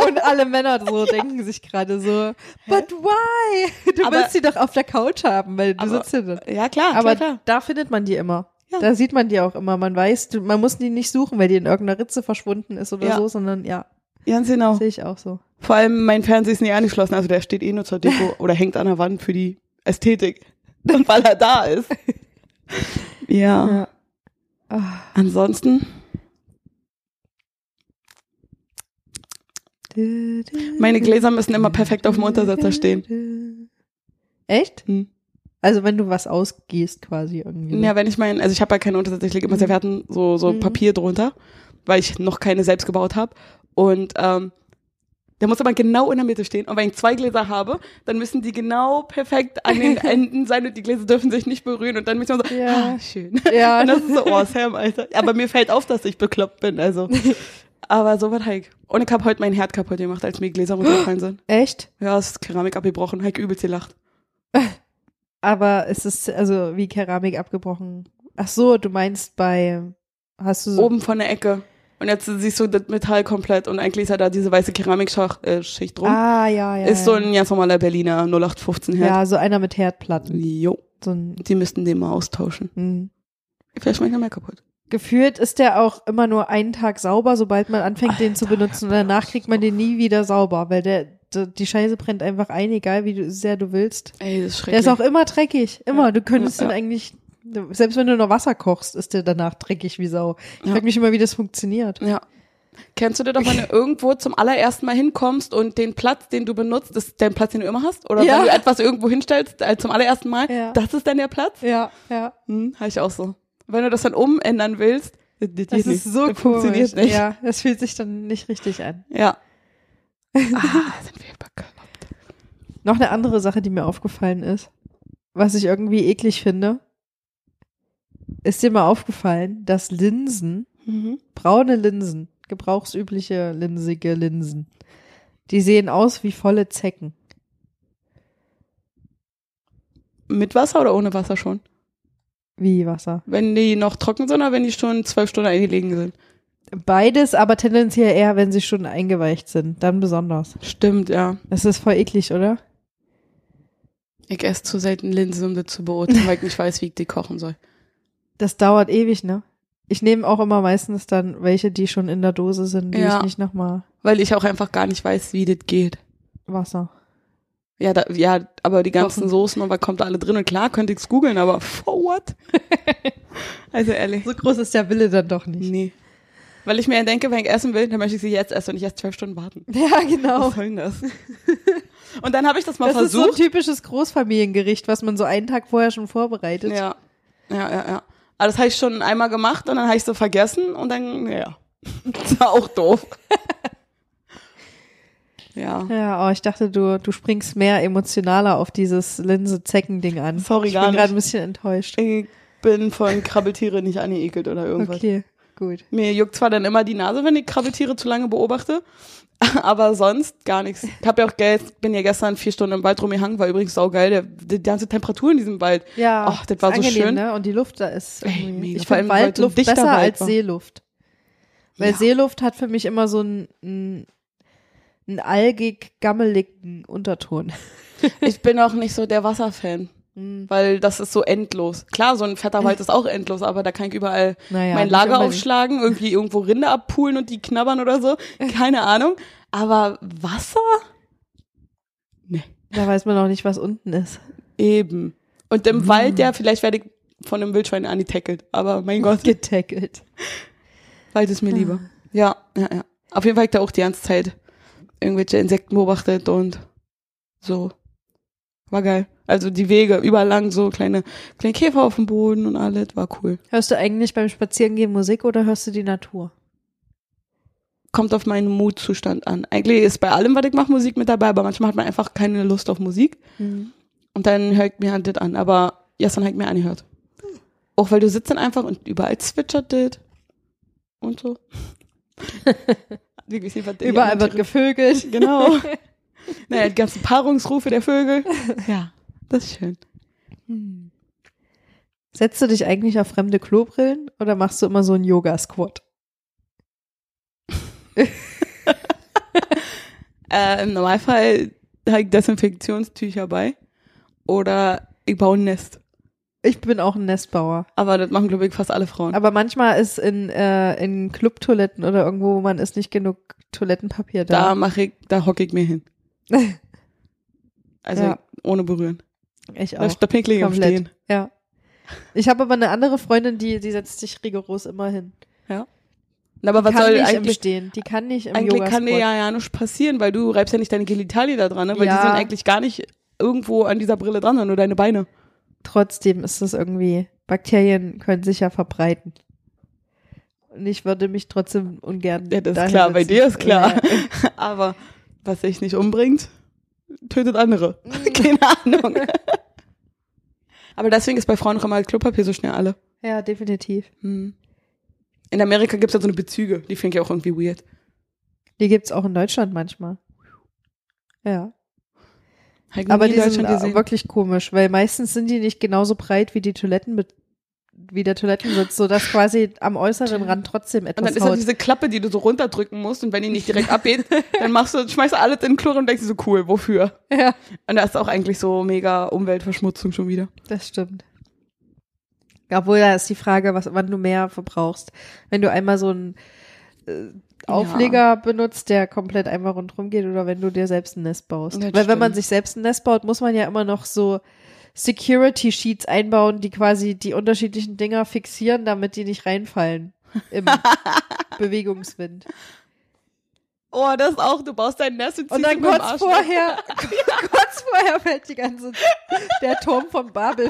Speaker 2: und alle Männer
Speaker 1: [laughs]
Speaker 2: so denken sich gerade so, but why? Du
Speaker 1: Aber-
Speaker 2: willst sie doch auf der Couch haben, weil du
Speaker 1: Aber-
Speaker 2: sitzt hier dann.
Speaker 1: Ja, klar, klar,
Speaker 2: Aber
Speaker 1: klar.
Speaker 2: da findet man die immer.
Speaker 1: Ja.
Speaker 2: Da sieht man die auch immer. Man weiß, du, man muss die nicht suchen, weil die in irgendeiner Ritze verschwunden ist oder
Speaker 1: Ja.
Speaker 2: so, sondern ja,
Speaker 1: Ganz genau.
Speaker 2: sehe ich auch so.
Speaker 1: Vor allem mein Fernseher ist nie angeschlossen, also der steht eh nur zur Deko oder hängt an der Wand für die Ästhetik. [laughs] Und weil er da ist. Ja.
Speaker 2: Ja. Ah,
Speaker 1: Ansonsten,
Speaker 2: dü- dü-
Speaker 1: meine Gläser müssen immer perfekt auf dem Untersetzer stehen.
Speaker 2: stehen. Echt?
Speaker 1: Hm.
Speaker 2: Also wenn du was ausgehst quasi irgendwie.
Speaker 1: Ja, wenn ich meinen, also ich habe ja keinen Untersetzer, ich lege immer sehr werten so, so
Speaker 2: Mhm.
Speaker 1: Papier drunter, weil ich noch keine selbst gebaut habe. Und ähm, der muss aber genau in der Mitte stehen. Und wenn ich zwei Gläser habe, dann müssen die genau perfekt an
Speaker 2: [laughs]
Speaker 1: den Enden sein und die Gläser dürfen sich nicht berühren. Und dann bin ich immer so,
Speaker 2: Ja.
Speaker 1: ah, schön. [laughs]
Speaker 2: Ja.
Speaker 1: Und das ist so, oh, Sam, Alter. Aber mir fällt auf, dass ich bekloppt bin,
Speaker 2: [laughs]
Speaker 1: also. Aber so was halt. Und ich habe heute meinen Herd kaputt gemacht, als mir Gläser runtergefallen
Speaker 2: [gasps]
Speaker 1: sind.
Speaker 2: Echt?
Speaker 1: Ja, es ist Keramik abgebrochen, Heike übelst gelacht.
Speaker 2: Aber es ist also wie Keramik abgebrochen. Ach so, du meinst bei hast du so
Speaker 1: Oben von der Ecke. Und jetzt siehst du das Metall komplett und eigentlich ist ja da diese weiße Keramikschicht äh, Schicht drum.
Speaker 2: Ah, ja, ja.
Speaker 1: ist
Speaker 2: ja.
Speaker 1: so ein ganz normaler Berliner 0815 Herd.
Speaker 2: Ja, so einer mit Herdplatten.
Speaker 1: Jo,
Speaker 2: So ein
Speaker 1: die müssten den mal austauschen.
Speaker 2: hm.
Speaker 1: Vielleicht mache ich noch mehr kaputt.
Speaker 2: Gefühlt ist der auch immer nur einen Tag sauber, sobald man anfängt, den zu benutzen. Und danach kriegt man den nie wieder sauber, weil der, d- die Scheiße brennt einfach ein, egal wie du, sehr du willst.
Speaker 1: Ey, das ist schrecklich.
Speaker 2: Der ist auch immer dreckig. Immer. Du könntest
Speaker 1: Ja,
Speaker 2: den eigentlich, selbst wenn du nur Wasser kochst, ist der danach dreckig wie Sau. Ich
Speaker 1: Ja.
Speaker 2: frag mich immer, wie das funktioniert.
Speaker 1: ja. Kennst du das doch, [laughs] wenn du irgendwo zum allerersten Mal hinkommst und den Platz, den du benutzt, ist dein Platz, den du immer hast? Oder
Speaker 2: Ja.
Speaker 1: wenn du etwas irgendwo hinstellst äh, zum allerersten Mal,
Speaker 2: Ja.
Speaker 1: das ist dann der Platz?
Speaker 2: Ja, ja.
Speaker 1: Hm, habe ich auch so. Wenn du das dann umändern willst, das, das,
Speaker 2: Das
Speaker 1: geht
Speaker 2: ist
Speaker 1: nicht. das
Speaker 2: so komisch.
Speaker 1: funktioniert nicht.
Speaker 2: Ja, das fühlt sich dann nicht richtig an.
Speaker 1: [laughs] Ja. ah, sind wir bekloppt.
Speaker 2: Noch eine andere Sache, die mir aufgefallen ist, was ich irgendwie eklig finde. Ist dir mal aufgefallen, dass Linsen,
Speaker 1: Mhm.
Speaker 2: braune Linsen, gebrauchsübliche linsige Linsen, die sehen aus wie volle Zecken.
Speaker 1: Mit Wasser oder ohne Wasser schon?
Speaker 2: Wie Wasser.
Speaker 1: Wenn die noch trocken sind oder wenn die schon zwölf Stunden eingelegen sind?
Speaker 2: Beides, aber tendenziell eher, wenn sie schon eingeweicht sind. Dann besonders.
Speaker 1: Stimmt, ja.
Speaker 2: Das ist voll eklig, oder?
Speaker 1: Ich esse zu selten Linsen, um das zu beurteilen, weil ich nicht weiß, wie ich die kochen soll.
Speaker 2: Das dauert ewig, ne? Ich nehme auch immer meistens dann welche, die schon in der Dose sind, die
Speaker 1: Ja.
Speaker 2: ich nicht nochmal
Speaker 1: Weil ich auch einfach gar nicht weiß, wie das geht.
Speaker 2: Wasser.
Speaker 1: Ja, da, ja, aber die ganzen
Speaker 2: Kochen.
Speaker 1: Soßen und was kommt da alle drin? Und klar könnte ich es googeln, aber for
Speaker 2: [laughs]
Speaker 1: what? also ehrlich.
Speaker 2: So groß ist der Wille dann doch nicht.
Speaker 1: Nee. Weil ich mir ja denke, wenn ich essen will, dann möchte ich sie jetzt essen und nicht erst zwölf Stunden warten.
Speaker 2: [laughs] Ja, genau.
Speaker 1: Was soll denn das? [laughs] Und dann habe ich das mal
Speaker 2: Das ist so ein
Speaker 1: versucht.
Speaker 2: typisches Großfamiliengericht, was man so einen Tag vorher schon vorbereitet.
Speaker 1: ja. Ja, ja, ja. Aber das habe ich schon einmal gemacht und dann habe ich so vergessen und dann, ja. [laughs] Das war auch
Speaker 2: [laughs]
Speaker 1: doof. ja.
Speaker 2: Ja, oh, ich dachte, du, du springst mehr emotionaler auf dieses Linse-Zecken-Ding an.
Speaker 1: Sorry,
Speaker 2: ich
Speaker 1: gar
Speaker 2: bin
Speaker 1: nicht.
Speaker 2: gerade ein bisschen enttäuscht.
Speaker 1: Ich bin von Krabbeltiere nicht angeekelt oder irgendwas.
Speaker 2: Okay, gut.
Speaker 1: Mir juckt zwar dann immer die Nase, wenn ich Krabbeltiere zu lange beobachte, [laughs] aber sonst gar nichts. Ich hab ja auch Geld, bin ja gestern vier Stunden im Wald rumgehangen, war übrigens saugeil, der, die ganze Temperatur in diesem Wald.
Speaker 2: Ja,
Speaker 1: Ach, das war
Speaker 2: ist
Speaker 1: so
Speaker 2: angenehm,
Speaker 1: schön.
Speaker 2: Ne? Und die Luft da ist.
Speaker 1: Ey,
Speaker 2: irgendwie-
Speaker 1: mega.
Speaker 2: Ich
Speaker 1: Vor allem,
Speaker 2: finde
Speaker 1: weil so ein
Speaker 2: Waldluft
Speaker 1: dichter
Speaker 2: besser
Speaker 1: Wald
Speaker 2: als
Speaker 1: war.
Speaker 2: Seeluft. Weil
Speaker 1: Ja.
Speaker 2: Seeluft hat für mich immer so einen, einen, einen algig gammeligen Unterton.
Speaker 1: Ich bin auch nicht so der Wasserfan,
Speaker 2: Hm,
Speaker 1: weil das ist so endlos. Klar, so ein fetter Wald ist auch endlos, aber da kann ich überall
Speaker 2: Naja,
Speaker 1: mein
Speaker 2: nicht
Speaker 1: Lager
Speaker 2: unbedingt.
Speaker 1: aufschlagen, irgendwie irgendwo Rinde abpulen und die knabbern oder so. Keine Ahnung. Aber Wasser? Nee.
Speaker 2: Da weiß man noch nicht, was unten ist. [laughs]
Speaker 1: Eben. Und
Speaker 2: Mhm.
Speaker 1: im Wald, ja, vielleicht werde ich von einem Wildschwein angetackelt. Aber mein Gott,
Speaker 2: Getackelt.
Speaker 1: Wald ist mir lieber.
Speaker 2: Ah.
Speaker 1: Ja, ja, ja. Auf jeden Fall habe ich da auch die ganze Zeit irgendwelche Insekten beobachtet und so. War geil. Also die Wege überall lang, so kleine, kleine Käfer auf dem Boden und alles. War cool.
Speaker 2: Hörst du eigentlich beim Spazierengehen Musik oder hörst du die Natur?
Speaker 1: kommt auf meinen Mutzustand an. Eigentlich ist bei allem, was ich mache, Musik mit dabei, aber manchmal hat man einfach keine Lust auf Musik und dann höre ich mir halt das an. Aber gestern halt mir angehört.
Speaker 2: Hm.
Speaker 1: Auch weil du sitzt dann einfach und überall zwitschert das und
Speaker 2: [laughs]
Speaker 1: so. Wirklich, ich fand die
Speaker 2: Überall wird
Speaker 1: anderen- [laughs]
Speaker 2: gevögelt. [laughs]
Speaker 1: Genau. naja, die ganzen Paarungsrufe der Vögel. Ja, das ist schön.
Speaker 2: Hm. Setzt du dich eigentlich auf fremde Klobrillen oder machst du immer so einen Yoga-Squat?
Speaker 1: Äh, Im Normalfall habe ich Desinfektionstücher bei oder ich baue ein Nest.
Speaker 2: Ich bin auch ein Nestbauer.
Speaker 1: Aber das machen, glaube ich, fast alle Frauen.
Speaker 2: Aber manchmal ist in, äh, in Clubtoiletten oder irgendwo, wo man ist, nicht genug Toilettenpapier
Speaker 1: da
Speaker 2: da.
Speaker 1: mache ich, da hocke ich mir
Speaker 2: [laughs]
Speaker 1: hin. Also
Speaker 2: Ja.
Speaker 1: ohne berühren.
Speaker 2: ich
Speaker 1: Da,
Speaker 2: auch.
Speaker 1: da pinkle ich am
Speaker 2: Komplett.
Speaker 1: Stehen.
Speaker 2: Ja. Ich habe aber eine andere Freundin, die, die setzt sich rigoros immer hin.
Speaker 1: Na, aber was
Speaker 2: kann
Speaker 1: soll
Speaker 2: nicht im
Speaker 1: eigentlich,
Speaker 2: Stehen. Die kann nicht im
Speaker 1: eigentlich
Speaker 2: Yoga
Speaker 1: kann dir ja, ja nichts passieren, weil du reibst ja nicht deine Genitalien da dran, ne? weil
Speaker 2: Ja.
Speaker 1: die sind eigentlich gar nicht irgendwo an dieser Brille dran, sondern nur deine Beine.
Speaker 2: Trotzdem ist es irgendwie, Bakterien können sich ja verbreiten. Und ich würde mich trotzdem ungern.
Speaker 1: Ja, das ist
Speaker 2: dahin
Speaker 1: klar, bei
Speaker 2: setzen.
Speaker 1: dir ist klar.
Speaker 2: Ja, ja.
Speaker 1: Aber was sich nicht umbringt, tötet andere. [laughs] Keine Ahnung. Aber deswegen ist bei Frauen auch immer das Klopapier so schnell alle.
Speaker 2: ja, definitiv.
Speaker 1: Hm. In Amerika gibt's ja so eine Bezüge, die finde ich auch irgendwie weird.
Speaker 2: Die gibt's auch in Deutschland manchmal. Ja.
Speaker 1: Hab ich noch
Speaker 2: Aber
Speaker 1: nie
Speaker 2: die
Speaker 1: in
Speaker 2: sind
Speaker 1: Deutschland
Speaker 2: äh, wirklich komisch, weil meistens sind die nicht genauso breit wie die Toiletten wie der Toilettensitz, sodass quasi am äußeren Rand trotzdem
Speaker 1: Und dann
Speaker 2: etwas
Speaker 1: ist da
Speaker 2: haut.
Speaker 1: diese Klappe, die du so runterdrücken musst und wenn die nicht direkt [laughs] abgeht, dann machst du, schmeißt du alles in den Chlor und denkst dir so, cool, wofür?
Speaker 2: Ja,
Speaker 1: Und da ist auch eigentlich so mega Umweltverschmutzung schon wieder.
Speaker 2: das stimmt. Obwohl, da ist die Frage, was, wann du mehr verbrauchst. Wenn du einmal so einen äh, Aufleger benutzt, der komplett einmal rundherum geht oder wenn du dir selbst ein Nest baust.
Speaker 1: Das
Speaker 2: Weil wenn man
Speaker 1: stimmt.
Speaker 2: sich selbst ein Nest baut, muss man ja immer noch so Security Sheets einbauen, die quasi die unterschiedlichen Dinger fixieren, damit die nicht reinfallen
Speaker 1: [laughs]
Speaker 2: im Bewegungswind.
Speaker 1: Oh, das ist auch, du baust dein Nest und ziehst
Speaker 2: Und dann
Speaker 1: mit dem
Speaker 2: kurz
Speaker 1: Arsch
Speaker 2: vorher, [laughs] kurz vorher fällt die ganze, der Turm von Babel [laughs]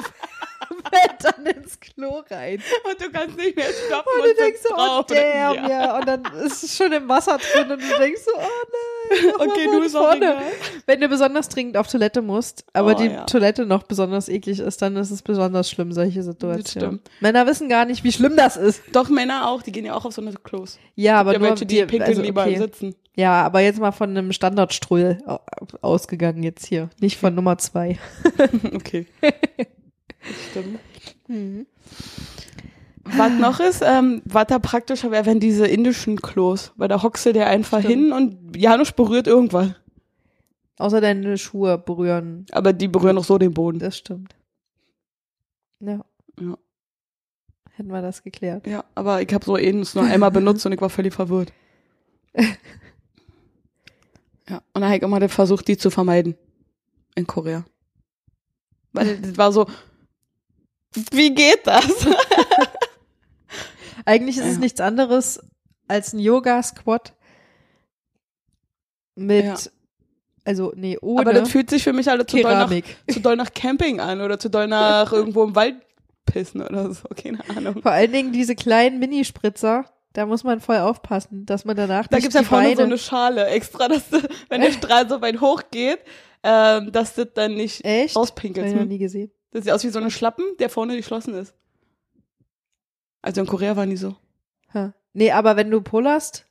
Speaker 2: fällt dann ins Klo rein.
Speaker 1: und du kannst nicht mehr stoppen
Speaker 2: Und
Speaker 1: und,
Speaker 2: du denkst so, oh
Speaker 1: drauf.
Speaker 2: damn,
Speaker 1: Ja.
Speaker 2: ja. Und dann ist es schon im Wasser drin und du denkst so, oh nein. noch mal
Speaker 1: Okay,
Speaker 2: von
Speaker 1: du bist auch
Speaker 2: vorne.
Speaker 1: egal.
Speaker 2: Wenn du besonders dringend auf Toilette musst, aber
Speaker 1: Oh,
Speaker 2: die
Speaker 1: ja.
Speaker 2: Toilette noch besonders eklig ist, dann ist es besonders schlimm, solche Situationen.
Speaker 1: stimmt.
Speaker 2: Männer wissen gar nicht, wie schlimm das ist.
Speaker 1: Doch, Männer auch, die gehen ja auch auf so eine Klos.
Speaker 2: Ja, aber
Speaker 1: ja,
Speaker 2: nur
Speaker 1: welche, die
Speaker 2: wir-
Speaker 1: pinkeln
Speaker 2: also,
Speaker 1: lieber
Speaker 2: okay.
Speaker 1: im Sitzen. [laughs]
Speaker 2: Ja, aber jetzt mal von einem Standardstrull au- ausgegangen jetzt hier, nicht von Nummer zwei. [laughs]
Speaker 1: Okay. Stimmt. Mhm. Was noch ist, ähm, was da praktischer wäre, wenn diese indischen Klos, weil da hockst du dir einfach
Speaker 2: Stimmt.
Speaker 1: hin und Janusz berührt irgendwas.
Speaker 2: Außer deine Schuhe berühren,
Speaker 1: Aber die berühren auch so den Boden.
Speaker 2: das stimmt. Ja.
Speaker 1: Ja.
Speaker 2: Hätten wir das geklärt.
Speaker 1: Ja, aber ich habe so eben es nur einmal benutzt und ich war völlig
Speaker 2: [laughs]
Speaker 1: verwirrt. ja, und dann habe ich immer den Versuch, die zu vermeiden. In Korea. Weil
Speaker 2: [laughs]
Speaker 1: das war so, wie geht das?
Speaker 2: Eigentlich ist es
Speaker 1: Ja.
Speaker 2: nichts anderes als ein Yoga-Squat mit,
Speaker 1: Ja.
Speaker 2: also nee, ohne
Speaker 1: aber das fühlt sich für mich alle zu doll, nach,
Speaker 2: Keramik.
Speaker 1: zu doll nach Camping an oder zu doll nach irgendwo im Wald pissen oder so, keine Ahnung.
Speaker 2: Vor allen Dingen diese kleinen Minispritzer, da muss man voll aufpassen, dass man danach
Speaker 1: Da
Speaker 2: nicht
Speaker 1: gibt's ja
Speaker 2: die
Speaker 1: vorne so
Speaker 2: Beine-
Speaker 1: eine Schale extra, [laughs] dass du, wenn der Strahl so weit hoch geht, ähm, dass das dann nicht
Speaker 2: Echt? Hab ich noch
Speaker 1: rauspinkelt.
Speaker 2: nie gesehen.
Speaker 1: Das sieht aus wie so ein Schlappen, der vorne geschlossen ist. Also in Korea war nie so.
Speaker 2: Ha. Nee, aber wenn du pullerst,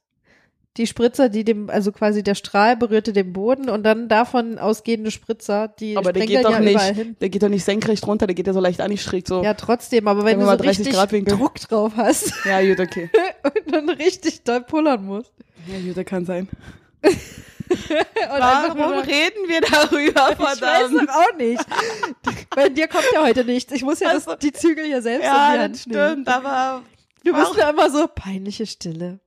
Speaker 2: die Spritzer, die dem, also quasi der Strahl berührte den Boden und dann davon ausgehende Spritzer, die
Speaker 1: Aber der
Speaker 2: sprenkeln
Speaker 1: geht doch
Speaker 2: ja überall
Speaker 1: nicht,
Speaker 2: hin.
Speaker 1: der geht doch nicht senkrecht runter, der geht ja so leicht an, nicht schräg so. Ja,
Speaker 2: Ja, trotzdem, aber
Speaker 1: Sagen
Speaker 2: wenn
Speaker 1: wir
Speaker 2: du so
Speaker 1: mal 30
Speaker 2: richtig
Speaker 1: Grad Winkel.
Speaker 2: Druck drauf hast [laughs]
Speaker 1: gut, okay.
Speaker 2: und dann richtig doll pullern musst. [laughs]
Speaker 1: Ja, gut, das kann sein.
Speaker 2: Und einfach nur
Speaker 1: Warum
Speaker 2: noch-
Speaker 1: reden wir darüber,
Speaker 2: ich weiß
Speaker 1: verdammt?
Speaker 2: doch auch nicht.
Speaker 1: [laughs]
Speaker 2: Bei dir kommt ja heute nichts. Ich muss ja das,
Speaker 1: Also-
Speaker 2: die Zügel hier selbst in
Speaker 1: Ja,
Speaker 2: die Hand
Speaker 1: das
Speaker 2: nehmen.
Speaker 1: stimmt, aber
Speaker 2: Wir
Speaker 1: Warum?
Speaker 2: müssen ja immer so peinliche Stille.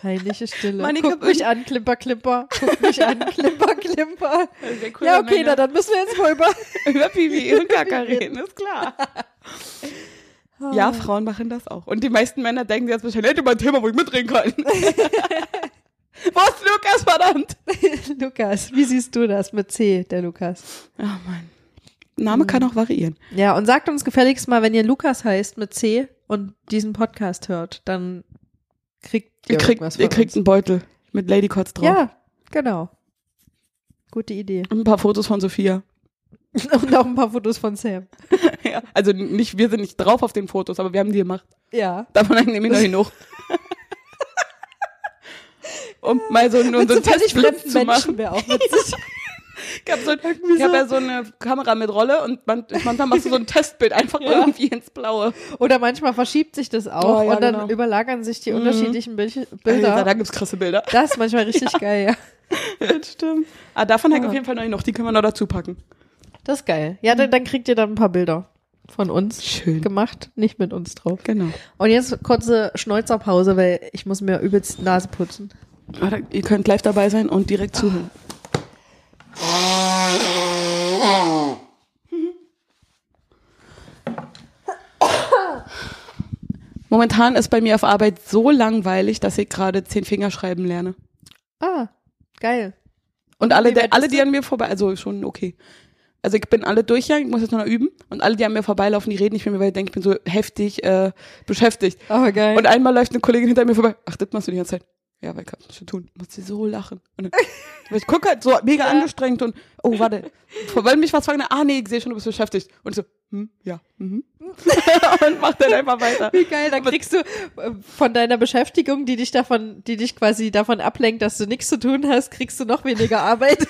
Speaker 2: Peinliche Stille.
Speaker 1: Mann, ich
Speaker 2: Guck
Speaker 1: hab
Speaker 2: mich an, Klimper, Klimper. Guck
Speaker 1: [laughs]
Speaker 2: mich an, Klimper, Klimper. Ja, okay, na, dann müssen wir jetzt mal über. [laughs]
Speaker 1: Über Pipi und Kaka reden, ist klar. Ja, Frauen machen das auch. Und die meisten Männer denken jetzt wahrscheinlich, hätte mal ein Thema, wo ich mitreden kann. Was, Lukas, verdammt?
Speaker 2: Lukas, wie siehst du das mit C, der Lukas?
Speaker 1: Ach Mann. Name kann auch variieren.
Speaker 2: Ja, und sagt uns gefälligst mal, wenn ihr Lukas heißt mit C und diesen Podcast hört, dann kriegt ihr,
Speaker 1: Ihr kriegt,
Speaker 2: irgendwas von
Speaker 1: ihr kriegt
Speaker 2: uns.
Speaker 1: einen Beutel mit Lady Kotz drauf.
Speaker 2: Ja, genau. Gute Idee. [laughs]
Speaker 1: Und ein paar Fotos von Sophia. [laughs]
Speaker 2: Und auch ein paar Fotos von Sam.
Speaker 1: Ja, also nicht, wir sind nicht drauf auf den Fotos, aber wir haben die gemacht.
Speaker 2: Ja.
Speaker 1: Davon einen nehme ich noch genug. um mal so einen,
Speaker 2: Mit
Speaker 1: so einen
Speaker 2: so völlig
Speaker 1: Testblick
Speaker 2: fremden
Speaker 1: zu machen.
Speaker 2: Menschen
Speaker 1: [laughs]
Speaker 2: wäre auch witzig.
Speaker 1: Ich habe so, ich hab ja so eine Kamera mit Rolle und man, manchmal machst du so ein Testbild einfach irgendwie ins Blaue.
Speaker 2: [laughs] Oder manchmal verschiebt sich das auch
Speaker 1: Oh, ja,
Speaker 2: und dann
Speaker 1: genau.
Speaker 2: überlagern sich die unterschiedlichen Bil-
Speaker 1: Alter,
Speaker 2: Bilder.
Speaker 1: da gibt's krasse Bilder.
Speaker 2: Das ist
Speaker 1: [laughs]
Speaker 2: manchmal richtig geil, ja.
Speaker 1: Das stimmt. Ah, davon hängt auf jeden Fall noch genug. Die können wir noch dazu packen.
Speaker 2: Das ist geil. Ja, dann, dann kriegt ihr dann ein paar Bilder von uns
Speaker 1: Schön.
Speaker 2: gemacht, nicht mit uns drauf.
Speaker 1: Genau.
Speaker 2: Und jetzt kurze Schneuzerpause, weil ich muss mir übelst Nase putzen.
Speaker 1: Warte, ihr könnt live dabei sein und direkt zuhören. Momentan ist bei mir auf Arbeit so langweilig, dass ich gerade zehn Finger schreiben lerne.
Speaker 2: Ah, geil.
Speaker 1: Und alle,
Speaker 2: Wie weit
Speaker 1: der, alle,
Speaker 2: bist
Speaker 1: die an mir vorbei, also schon okay. Also ich bin alle durchgegangen, ich muss jetzt nur noch üben. Und alle, die an mir vorbeilaufen, die reden nicht mit mir, weil ich denke, ich bin so heftig äh, beschäftigt.
Speaker 2: Aber geil.
Speaker 1: Und einmal läuft eine Kollegin hinter mir vorbei. Ach, das machst du die ganze Zeit. Ja, weil ich hab nichts zu tun. Muss sie so lachen. Und dann, [laughs] weil ich gucke halt so mega
Speaker 2: Ja.
Speaker 1: angestrengt und, oh, warte. Wollen mich was fragen? Ah, nee, ich sehe schon, du bist beschäftigt. Und ich so, hm, ja, mhm. [laughs] und mach dann einfach weiter.
Speaker 2: Wie geil, da kriegst du äh, von deiner Beschäftigung, die dich davon, die dich quasi davon ablenkt, dass du nichts zu tun hast, kriegst du noch weniger Arbeit.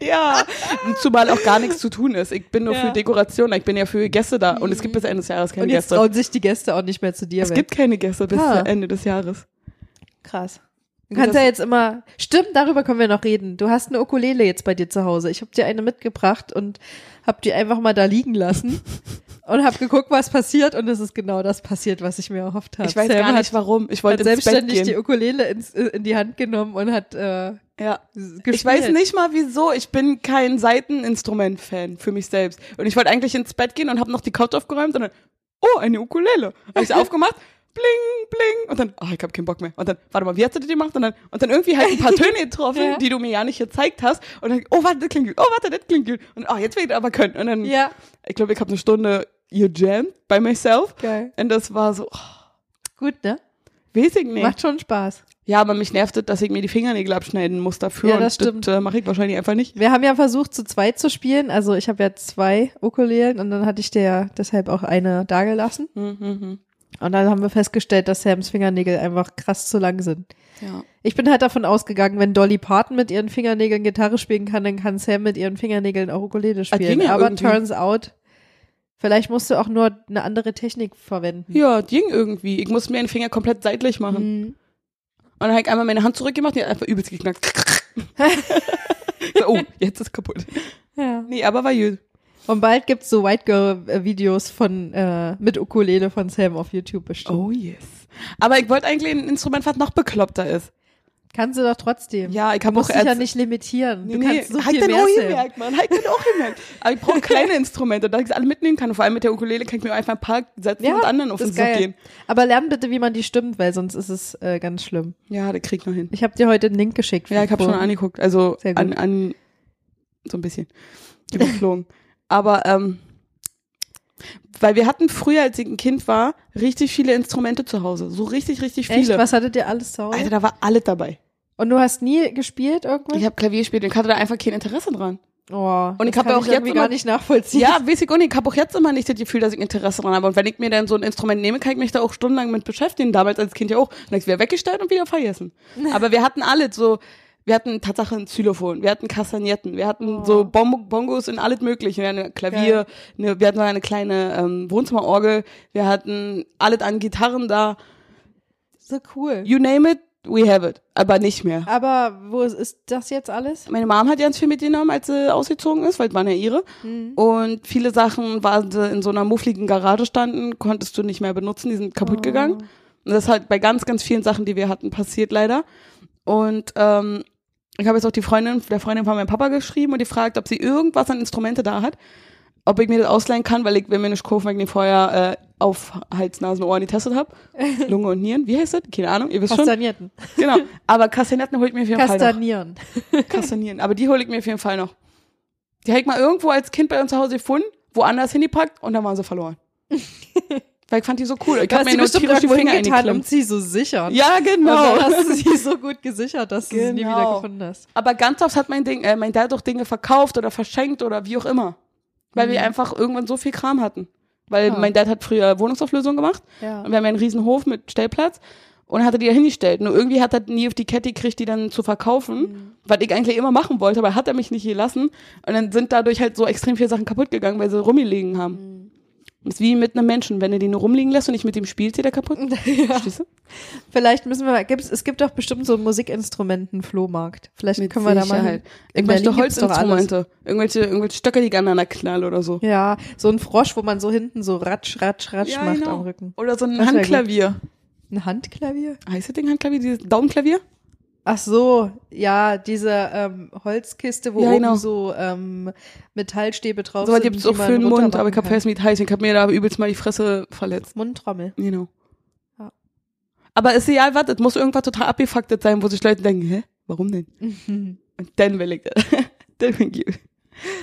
Speaker 1: Ja. Und zumal auch gar nichts zu tun ist. Ich bin nur
Speaker 2: Ja. Mhm.
Speaker 1: für Dekoration, ich bin ja für Gäste da. Und es gibt bis Ende des Jahres keine
Speaker 2: Und jetzt
Speaker 1: Gäste.
Speaker 2: trauen sich die Gäste auch nicht mehr zu dir.
Speaker 1: Es
Speaker 2: weg.
Speaker 1: gibt keine Gäste bis
Speaker 2: Ah.
Speaker 1: Ende des Jahres.
Speaker 2: krass. Du kannst ja jetzt immer, stimmt, darüber können wir noch reden. Du hast eine Ukulele jetzt bei dir zu Hause. Ich habe dir eine mitgebracht und habe die einfach mal da
Speaker 1: [laughs]
Speaker 2: liegen lassen und habe geguckt, was passiert und es ist genau das passiert, was ich mir erhofft habe.
Speaker 1: ich weiß
Speaker 2: Sam
Speaker 1: gar
Speaker 2: hat-
Speaker 1: nicht warum. Ich
Speaker 2: Hat
Speaker 1: wollte ins Bett
Speaker 2: selbstständig
Speaker 1: gehen.
Speaker 2: die Ukulele ins, äh, in die Hand genommen und hat äh,
Speaker 1: ja.
Speaker 2: gespielt.
Speaker 1: Ich weiß nicht mal wieso. Ich bin kein Seiteninstrument-Fan für mich selbst. Und ich wollte eigentlich ins Bett gehen und habe noch die Couch aufgeräumt und dann, oh, eine Ukulele. Habe
Speaker 2: [laughs]
Speaker 1: ich sie aufgemacht, bling, bling. Und dann, ah, ich habe keinen Bock mehr. Und dann, warte mal, wie hast du das gemacht? Und dann, und dann irgendwie halt ein
Speaker 2: [laughs]
Speaker 1: paar Töne getroffen,
Speaker 2: Ja.
Speaker 1: die du mir ja nicht gezeigt hast. Und dann, oh, warte, das klingt gut. Oh, warte, das klingt gut. Und ah, jetzt will ich das aber können. Und dann,
Speaker 2: Ja,
Speaker 1: ich glaube, ich habe eine Stunde gejammt by myself.
Speaker 2: geil.
Speaker 1: Und das war so, oh,
Speaker 2: Gut, ne?
Speaker 1: weiß ich nicht.
Speaker 2: Macht schon Spaß.
Speaker 1: Ja, aber mich nervt es, dass ich mir die Fingernägel abschneiden muss dafür.
Speaker 2: Ja, das
Speaker 1: und
Speaker 2: stimmt.
Speaker 1: Das äh, mache ich wahrscheinlich einfach nicht.
Speaker 2: Wir haben ja versucht, zu zweit zu spielen. Also ich habe ja zwei Ukulelen und dann hatte ich dir ja deshalb auch eine dagelassen. Und dann haben wir festgestellt, dass Sams Fingernägel einfach krass zu lang sind.
Speaker 1: Ja.
Speaker 2: Ich bin halt davon ausgegangen, wenn Dolly Parton mit ihren Fingernägeln Gitarre spielen kann, dann kann Sam mit ihren Fingernägeln auch Ukulele spielen.
Speaker 1: ging Ah, ja
Speaker 2: Aber
Speaker 1: irgendwie.
Speaker 2: turns out, vielleicht musst du auch nur eine andere Technik verwenden.
Speaker 1: Ja, ging irgendwie. Ich musste mir den Finger komplett seitlich machen.
Speaker 2: Mhm.
Speaker 1: Und dann habe ich einmal meine Hand zurückgemacht, die hat einfach übelst geknackt. [laughs] so, oh, jetzt ist kaputt.
Speaker 2: Ja.
Speaker 1: Nee, aber war gut.
Speaker 2: Und bald gibt's so White Girl äh, Videos von äh, mit Ukulele von Sam auf YouTube bestimmt.
Speaker 1: Oh yes. Aber ich wollte eigentlich ein Instrument, was noch bekloppter ist.
Speaker 2: Kannst du doch trotzdem.
Speaker 1: Oh. Ja, ich
Speaker 2: Du
Speaker 1: habe auch
Speaker 2: musst dich ja
Speaker 1: erst-
Speaker 2: nicht limitieren. Du
Speaker 1: Nee, halt
Speaker 2: kannst so
Speaker 1: hab ich
Speaker 2: viel
Speaker 1: dann
Speaker 2: mehr
Speaker 1: auch
Speaker 2: Sam.
Speaker 1: gemerkt, Mann. halt Hab ich dann auch gemerkt. Aber ich brauche kleine Instrumente, dass ich alle mitnehmen kann. Vor allem mit der Ukulele kann ich mir einfach ein paar setzen und anderen auf
Speaker 2: das
Speaker 1: den
Speaker 2: ist
Speaker 1: Zug
Speaker 2: geil.
Speaker 1: gehen.
Speaker 2: Aber lern bitte, wie man die stimmt, weil sonst ist es äh, ganz schlimm.
Speaker 1: Ja, der krieg ich noch hin.
Speaker 2: Ich habe dir heute einen Link geschickt.
Speaker 1: Ja, ich habe
Speaker 2: Wo-
Speaker 1: schon angeguckt. Also
Speaker 2: Sehr gut.
Speaker 1: an, an so ein bisschen überflogen. Aber ähm, weil wir hatten früher, als ich ein Kind war, richtig viele Instrumente zu Hause. So richtig, richtig
Speaker 2: Echt?
Speaker 1: viele. Also
Speaker 2: Was hattet ihr alles zu Hause?
Speaker 1: Alter, da war alles dabei.
Speaker 2: Und du hast nie gespielt irgendwas?
Speaker 1: Ich habe Klavier gespielt und ich hatte da einfach kein Interesse dran.
Speaker 2: oh,
Speaker 1: Und ich
Speaker 2: das
Speaker 1: hab ja
Speaker 2: kann
Speaker 1: auch jetzt
Speaker 2: irgendwie
Speaker 1: immer-
Speaker 2: gar nicht nachvollziehen.
Speaker 1: Ja, weiß ich auch nicht. Ich habe auch jetzt immer nicht das Gefühl, dass ich Interesse dran habe. Und wenn ich mir dann so ein Instrument nehme, kann ich mich da auch stundenlang mit beschäftigen. Damals als Kind ja auch. Dann habe ich wieder weggestellt und wieder vergessen. Aber wir hatten alles so. Wir hatten Tatsache ein Xylophon, wir hatten Kastagnetten, wir hatten so Bom Bongos und alles mögliche. Wir hatten ein Klavier, eine, wir hatten sogar eine kleine ähm, Wohnzimmerorgel, wir hatten alles an Gitarren da.
Speaker 2: So cool.
Speaker 1: You name it, we have it. Aber nicht mehr.
Speaker 2: Aber wo ist- ist das jetzt alles?
Speaker 1: Meine Mom hat ganz viel mitgenommen, als sie ausgezogen ist, weil es waren ja ihre. Und viele Sachen, waren sie in so einer muffligen Garage standen, konntest du nicht mehr benutzen, die sind kaputt gegangen. Und das ist halt bei ganz, ganz vielen Sachen, die wir hatten, passiert leider. Und ähm, ich habe jetzt auch die Freundin, der Freundin von meinem Papa geschrieben und die fragt, ob sie irgendwas an Instrumente da hat, ob ich mir das ausleihen kann, weil ich will mir nicht kaufen, weil ich den vorher äh, auf Hals, Nasen, Ohren getestet habe. Lunge und Nieren. Wie heißt das? Keine Ahnung, ihr wisst schon.
Speaker 2: Kastagnetten.
Speaker 1: Genau. Aber Kastagnetten holt mir auf jeden Fall noch.
Speaker 2: Kastanieren.
Speaker 1: Kastanieren. Aber die hole ich mir auf jeden Fall noch.
Speaker 2: [laughs]
Speaker 1: Die hätte ich mal irgendwo als Kind bei uns zu Hause gefunden, woanders hingepackt und dann waren sie verloren. Weil ich fand die so cool. Ich
Speaker 2: Du
Speaker 1: hab
Speaker 2: hast
Speaker 1: mir
Speaker 2: die
Speaker 1: nur
Speaker 2: bestimmt
Speaker 1: tierisch die
Speaker 2: irgendwo
Speaker 1: Finger in die
Speaker 2: hingetan,
Speaker 1: Klemmen.
Speaker 2: um sie zu Also sichern.
Speaker 1: Ja, genau.
Speaker 2: Und dann hast du sie so gut gesichert, dass du sie nie
Speaker 1: Genau.
Speaker 2: wieder gefunden hast.
Speaker 1: Aber ganz oft hat mein Ding, äh, mein Dad auch Dinge verkauft oder verschenkt oder wie auch immer. Weil
Speaker 2: Mhm.
Speaker 1: wir einfach irgendwann so viel Kram hatten. Weil
Speaker 2: Ja.
Speaker 1: mein Dad hat früher Wohnungsauflösung gemacht.
Speaker 2: Ja.
Speaker 1: Und wir haben ja einen riesen Hof mit Stellplatz. Und hat er die da hingestellt. Nur irgendwie hat er nie auf die Kette gekriegt, die dann zu verkaufen.
Speaker 2: Mhm.
Speaker 1: Was ich eigentlich immer machen wollte, aber hat er mich nicht gelassen. Und dann sind dadurch halt so extrem viele Sachen kaputt gegangen, weil sie rumgelegen haben.
Speaker 2: Mhm.
Speaker 1: Ist wie mit einem Menschen. Wenn du den nur rumliegen lässt und nicht mit dem spielst, geht er kaputt.
Speaker 2: [laughs] Ja.
Speaker 1: Verstehst du?
Speaker 2: Vielleicht müssen wir mal, gibt's, es gibt doch bestimmt so Musikinstrumenten-Flohmarkt. Vielleicht
Speaker 1: Mit
Speaker 2: können wir da mal.
Speaker 1: Sicherheit.
Speaker 2: hin. In
Speaker 1: Irgendwelche
Speaker 2: Berlin gibt's doch alles.
Speaker 1: Holzinstrumente. Irgendwelche, irgendwelche Stöcke, die aneinander knallen oder so.
Speaker 2: Ja, so ein Frosch, wo man so hinten so ratsch, ratsch, ratsch
Speaker 1: Ja,
Speaker 2: macht
Speaker 1: genau.
Speaker 2: am Rücken.
Speaker 1: Oder so ein
Speaker 2: Das wär
Speaker 1: Handklavier.
Speaker 2: Ein Handklavier?
Speaker 1: Heißt das Ding Handklavier? Dieses Daumenklavier?
Speaker 2: Ach so, ja, diese ähm, Holzkiste, wo
Speaker 1: Ja,
Speaker 2: oben
Speaker 1: genau.
Speaker 2: so ähm, Metallstäbe drauf
Speaker 1: So was
Speaker 2: sind.
Speaker 1: gibt's
Speaker 2: die
Speaker 1: auch für
Speaker 2: man
Speaker 1: den Mund, aber ich hab
Speaker 2: runtermachen kann.
Speaker 1: vergessen, wie es heißt. Ich hab mir da übelst mal die Fresse verletzt.
Speaker 2: Mundtrommel.
Speaker 1: Genau.
Speaker 2: Ja.
Speaker 1: Aber ist egal, was, es muss irgendwas total abgefucktet sein, wo sich Leute denken, hä, warum
Speaker 2: [laughs]
Speaker 1: denn? Und dann will ich das. [laughs] dann will ich.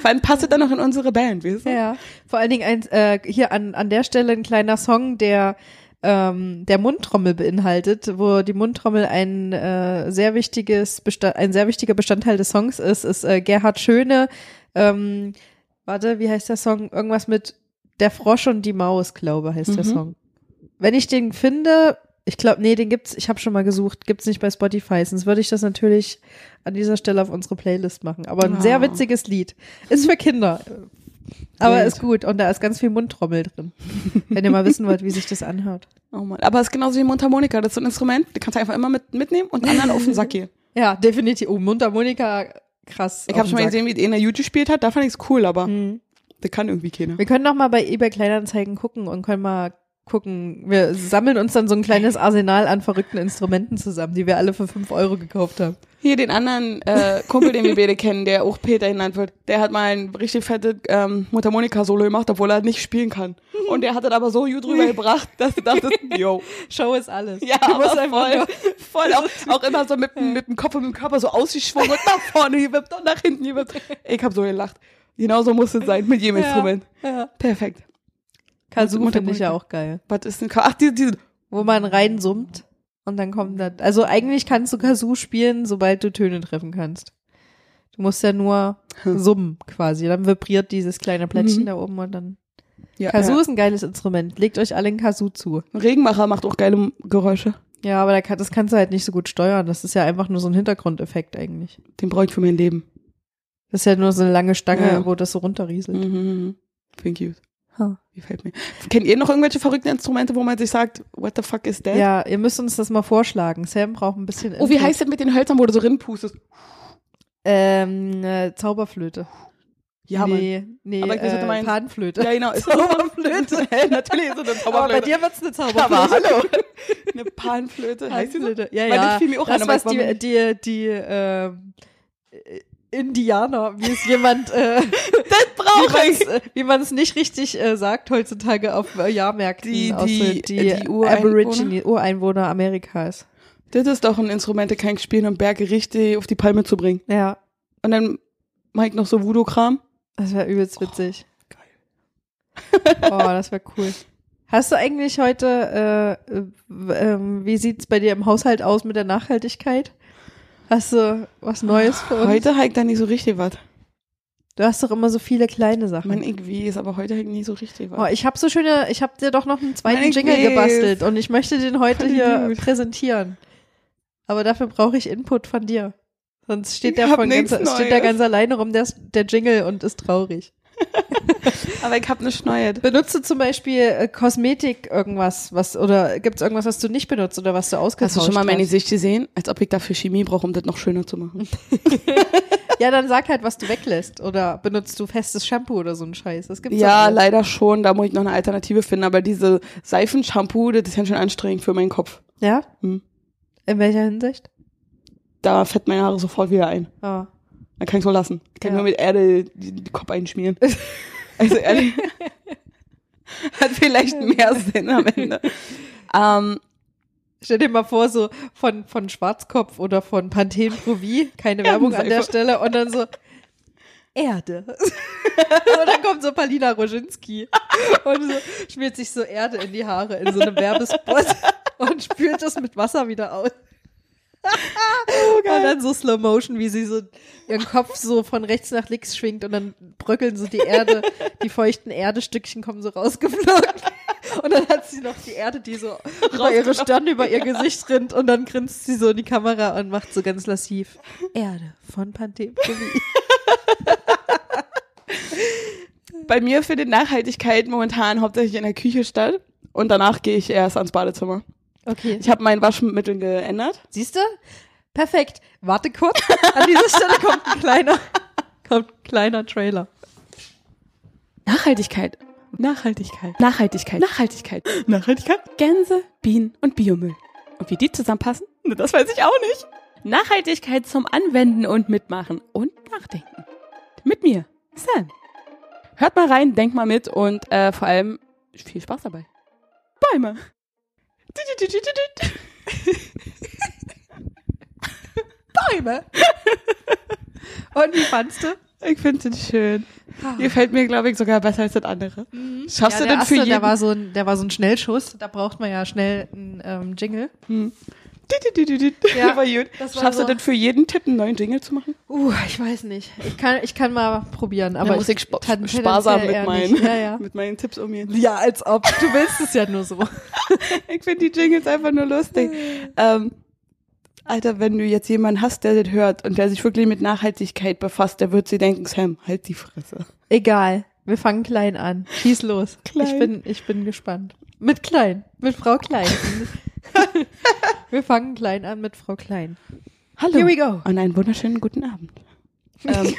Speaker 1: Vor allem passt es dann noch in unsere Band, weißt du?
Speaker 2: Ja, vor allen Dingen ein, äh, hier an, an der Stelle ein kleiner Song, der ähm, der Mundtrommel beinhaltet, wo die Mundtrommel ein äh, sehr wichtiges Besta ein sehr wichtiger Bestandteil des Songs ist, ist äh, Gerhard Schöne. Ähm, warte, wie heißt der Song? Irgendwas mit der Frosch und die Maus, glaube heißt der
Speaker 1: Mhm.
Speaker 2: Song. Wenn ich den finde, ich glaube, nee, den gibt's. Ich habe schon mal gesucht, gibt's nicht bei Spotify. Sonst würde ich das natürlich an dieser Stelle auf unsere Playlist machen. Aber ein sehr
Speaker 1: Ah.
Speaker 2: witziges Lied. Ist für Kinder. Aber
Speaker 1: Wild.
Speaker 2: ist gut. Und da ist ganz viel Mundtrommel drin. Wenn ihr mal wissen wollt, wie sich das anhört.
Speaker 1: Oh Mann. Aber es ist genauso wie Mundharmonika. Das ist so ein Instrument, das kannst du einfach immer mit, mitnehmen und
Speaker 2: [laughs]
Speaker 1: anderen auf den Sack gehen.
Speaker 2: Ja, definitiv. Oh, Mundharmonika, krass.
Speaker 1: Ich
Speaker 2: auf
Speaker 1: habe
Speaker 2: den
Speaker 1: schon mal
Speaker 2: Sack.
Speaker 1: gesehen, wie einer YouTube gespielt hat. Da fand ich's cool, aber
Speaker 2: Mhm.
Speaker 1: der kann irgendwie keiner.
Speaker 2: Wir können noch mal bei eBay Kleinanzeigen gucken und können mal gucken. Wir sammeln uns dann so ein kleines Arsenal an verrückten Instrumenten zusammen, die wir alle für 5 Euro gekauft haben.
Speaker 1: Hier den anderen äh, Kumpel, den wir beide kennen, der auch Peter genannt wird, der hat mal ein richtig fettes ähm, Mundharmonika-Solo gemacht, obwohl er nicht spielen kann. Und der hat das aber so gut rübergebracht, dass du [laughs] dachtest, yo.
Speaker 2: Show ist [laughs] alles.
Speaker 1: Ja,
Speaker 2: Du musst
Speaker 1: aber
Speaker 2: einfach
Speaker 1: voll,
Speaker 2: nur-
Speaker 1: voll auch, auch immer so mit, dem- mit dem Kopf und mit dem Körper so ausgeschwungen und nach vorne gewippt und nach hinten gewippt. Ich habe so gelacht. Genauso muss es sein mit jedem
Speaker 2: Ja.
Speaker 1: Instrument.
Speaker 2: Ja.
Speaker 1: Perfekt.
Speaker 2: Kazoo finde ich
Speaker 1: Mundharmonika.
Speaker 2: ja auch geil.
Speaker 1: Was ist denn? Ach, diese, diese
Speaker 2: Wo man reinsummt und dann kommt das. Also eigentlich kannst du Kazoo spielen, sobald du Töne treffen kannst. Du musst ja nur summen quasi. Dann vibriert dieses kleine Plättchen
Speaker 1: Hm. Mhm.
Speaker 2: da oben und dann.
Speaker 1: ja,
Speaker 2: Kazoo
Speaker 1: ja.
Speaker 2: ist ein geiles Instrument. Legt euch alle ein Kazoo zu.
Speaker 1: Ein Regenmacher macht auch geile Geräusche.
Speaker 2: Ja, aber da kann, das kannst du halt nicht so gut steuern. Das ist ja einfach nur so ein Hintergrundeffekt eigentlich.
Speaker 1: Den bräuchte ich für mein Leben.
Speaker 2: Das ist ja nur so eine lange Stange,
Speaker 1: Ja.
Speaker 2: wo das so runterrieselt.
Speaker 1: Mhm. Thank you.
Speaker 2: Ha.
Speaker 1: Gefällt mir. Kennt ihr noch irgendwelche verrückten Instrumente, wo man sich sagt, what the fuck is that?
Speaker 2: Ja, ihr müsst uns das mal vorschlagen. Sam braucht ein bisschen.
Speaker 1: Oh, wie
Speaker 2: Input.
Speaker 1: heißt das mit den Hölzern, wo du so rinpustest?
Speaker 2: Ähm, äh, Zauberflöte.
Speaker 1: Ja, Mann.
Speaker 2: nee, nee,
Speaker 1: Aber ich weiß, was du
Speaker 2: äh,
Speaker 1: meinst.
Speaker 2: Panflöte.
Speaker 1: Ja, genau. [laughs] Ist
Speaker 2: [laughs] Zauberflöte.
Speaker 1: Hä, Natürlich ist es eine
Speaker 2: Aber
Speaker 1: Zauberflöte.
Speaker 2: bei dir wird's eine
Speaker 1: Aber
Speaker 2: Zauberflöte.
Speaker 1: [laughs] hallo. Eine Panflöte. Heißt die so?
Speaker 2: Panflöte. Ja,
Speaker 1: Weil
Speaker 2: ja.
Speaker 1: das fiel mir auch
Speaker 2: das,
Speaker 1: ein, aber
Speaker 2: was
Speaker 1: ich war mir
Speaker 2: die,
Speaker 1: nicht-
Speaker 2: die, die ähm, äh, Indianer, wie es jemand,
Speaker 1: [laughs]
Speaker 2: äh,
Speaker 1: Das brauche ich.
Speaker 2: wie man es nicht richtig äh, sagt heutzutage auf äh, Jahrmärkten.
Speaker 1: Die-
Speaker 2: aus,
Speaker 1: die-
Speaker 2: äh, die,
Speaker 1: die Ureinwohner?
Speaker 2: Aborigine, Ureinwohner Amerikas.
Speaker 1: Das ist doch ein Instrument, der kann ich spielen, um Berge richtig auf die Palme zu bringen.
Speaker 2: Ja,
Speaker 1: Und dann mache ich noch so Voodoo-Kram.
Speaker 2: das wäre übelst witzig.
Speaker 1: geil.
Speaker 2: Oh, das wäre cool. Hast du eigentlich heute, äh, w- ähm, wie sieht's bei dir im Haushalt aus mit der Nachhaltigkeit? Hast du was Neues für uns?
Speaker 1: Ah, Heute hängt da nicht so richtig was.
Speaker 2: Du hast doch immer so viele kleine Sachen.
Speaker 1: Mann, ich weiß, aber heute hängt nicht so richtig was.
Speaker 2: oh, ich habe so schöne, ich habe dir doch noch einen zweiten
Speaker 1: Mann, ich
Speaker 2: Jingle
Speaker 1: weiß.
Speaker 2: gebastelt und ich möchte den heute
Speaker 1: Voll
Speaker 2: hier
Speaker 1: gut.
Speaker 2: präsentieren. Aber dafür brauche ich Input von dir. Sonst steht
Speaker 1: Ich
Speaker 2: der,
Speaker 1: hab
Speaker 2: von ganz,
Speaker 1: nichts
Speaker 2: steht der
Speaker 1: Neues.
Speaker 2: ganz alleine rum, der, der Jingle und ist traurig.
Speaker 1: Aber ich habe eine Schneue.
Speaker 2: Benutzt du zum Beispiel äh, Kosmetik irgendwas, was oder gibt's irgendwas, was du nicht benutzt oder was du ausgetauscht
Speaker 1: Hast du schon mal
Speaker 2: hast?
Speaker 1: meine Gesicht gesehen? Als ob ich dafür Chemie brauche, um das noch schöner zu machen.
Speaker 2: Ja, dann sag halt, was du weglässt oder benutzt du festes Shampoo oder so ein Scheiß. Das gibt's
Speaker 1: Ja,
Speaker 2: leider.
Speaker 1: leider schon. Da muss ich noch eine Alternative finden. Aber diese Seifenshampoo, das ist ja schon anstrengend für meinen Kopf.
Speaker 2: ja.
Speaker 1: Hm.
Speaker 2: In welcher Hinsicht?
Speaker 1: Da fett meine Haare sofort wieder ein.
Speaker 2: Oh.
Speaker 1: Dann kann ich so lassen. Kann
Speaker 2: Ja.
Speaker 1: ich mir mit Erde den Kopf
Speaker 2: [laughs]
Speaker 1: einschmieren. Also ehrlich. [laughs] Hat vielleicht mehr Sinn am Ende. Ähm,
Speaker 2: Stell dir mal vor, so von, von Schwarzkopf oder von Pantene Provi, keine Werbung an der
Speaker 1: Erdenseife.
Speaker 2: Stelle, und dann so Erde. und dann kommt so Palina Roginski. Und so schmiert sich so Erde in die Haare in so einem Werbespot und spült das mit Wasser wieder aus. Und dann so Slow Motion, wie sie so ihren Kopf so von rechts nach links schwingt und dann bröckeln so die Erde, die feuchten Erdestückchen kommen so rausgeflogen. Und dann hat sie noch die Erde, die [laughs] so über ihre Stirn, über ihr Gesicht rinnt und dann grinst sie so in die Kamera und macht so ganz lassiv Erde von Pantene.
Speaker 1: Bei mir findet Nachhaltigkeit momentan hauptsächlich in der Küche statt und danach gehe ich erst ans Badezimmer.
Speaker 2: Okay.
Speaker 1: Ich habe mein Waschmittel geändert.
Speaker 2: Siehst du? Perfekt. Warte kurz. An dieser Stelle kommt ein kleiner, kommt ein kleiner Trailer.
Speaker 1: Nachhaltigkeit. Nachhaltigkeit. Nachhaltigkeit. Nachhaltigkeit. Nachhaltigkeit. Gänse, Bienen und Biomüll. Und wie die zusammenpassen? Na, Das weiß ich auch nicht. Nachhaltigkeit zum Anwenden und Mitmachen und Nachdenken. Mit mir, Sam. Hört mal rein, denkt mal mit und äh, vor allem viel Spaß dabei. Bäume.
Speaker 2: Bäume. Und wie fandst du?
Speaker 1: Ich finde den schön. Gefällt mir, glaube ich, sogar besser als das andere. Schaffst
Speaker 2: ja,
Speaker 1: du
Speaker 2: der
Speaker 1: denn für
Speaker 2: erste,
Speaker 1: jeden?
Speaker 2: Der war, so ein, der war so ein Schnellschuss. Da braucht man ja schnell einen ähm, Jingle. Ja,
Speaker 1: Ja, [laughs] war gut.
Speaker 2: das war
Speaker 1: Schaffst
Speaker 2: so.
Speaker 1: du denn für jeden Tipp einen neuen Jingle zu machen?
Speaker 2: Uh, ich weiß nicht. Ich kann, ich kann mal probieren, aber
Speaker 1: Dann muss ich spa
Speaker 2: tendenziell
Speaker 1: sparsam mit
Speaker 2: eher
Speaker 1: meinen,
Speaker 2: nicht. Ja, ja.
Speaker 1: [laughs] mit meinen Tipps um umgehen.
Speaker 2: ja, als ob. Du willst es ja nur so.
Speaker 1: [laughs] Ich finde die Jingles einfach nur
Speaker 2: [laughs]
Speaker 1: lustig. ähm, Alter, wenn du jetzt jemanden hast, der das hört und der sich wirklich mit Nachhaltigkeit befasst, der wird sie denken, Sam, halt die Fresse.
Speaker 2: Egal. Wir fangen klein an. Schieß los.
Speaker 1: Klein.
Speaker 2: Ich bin, ich bin gespannt. Mit Klein. Mit Frau [laughs] Klein. Wir fangen klein an mit Frau Klein.
Speaker 1: Hallo.
Speaker 2: Here we go.
Speaker 1: Und einen wunderschönen guten Abend.
Speaker 2: [laughs]
Speaker 1: ähm,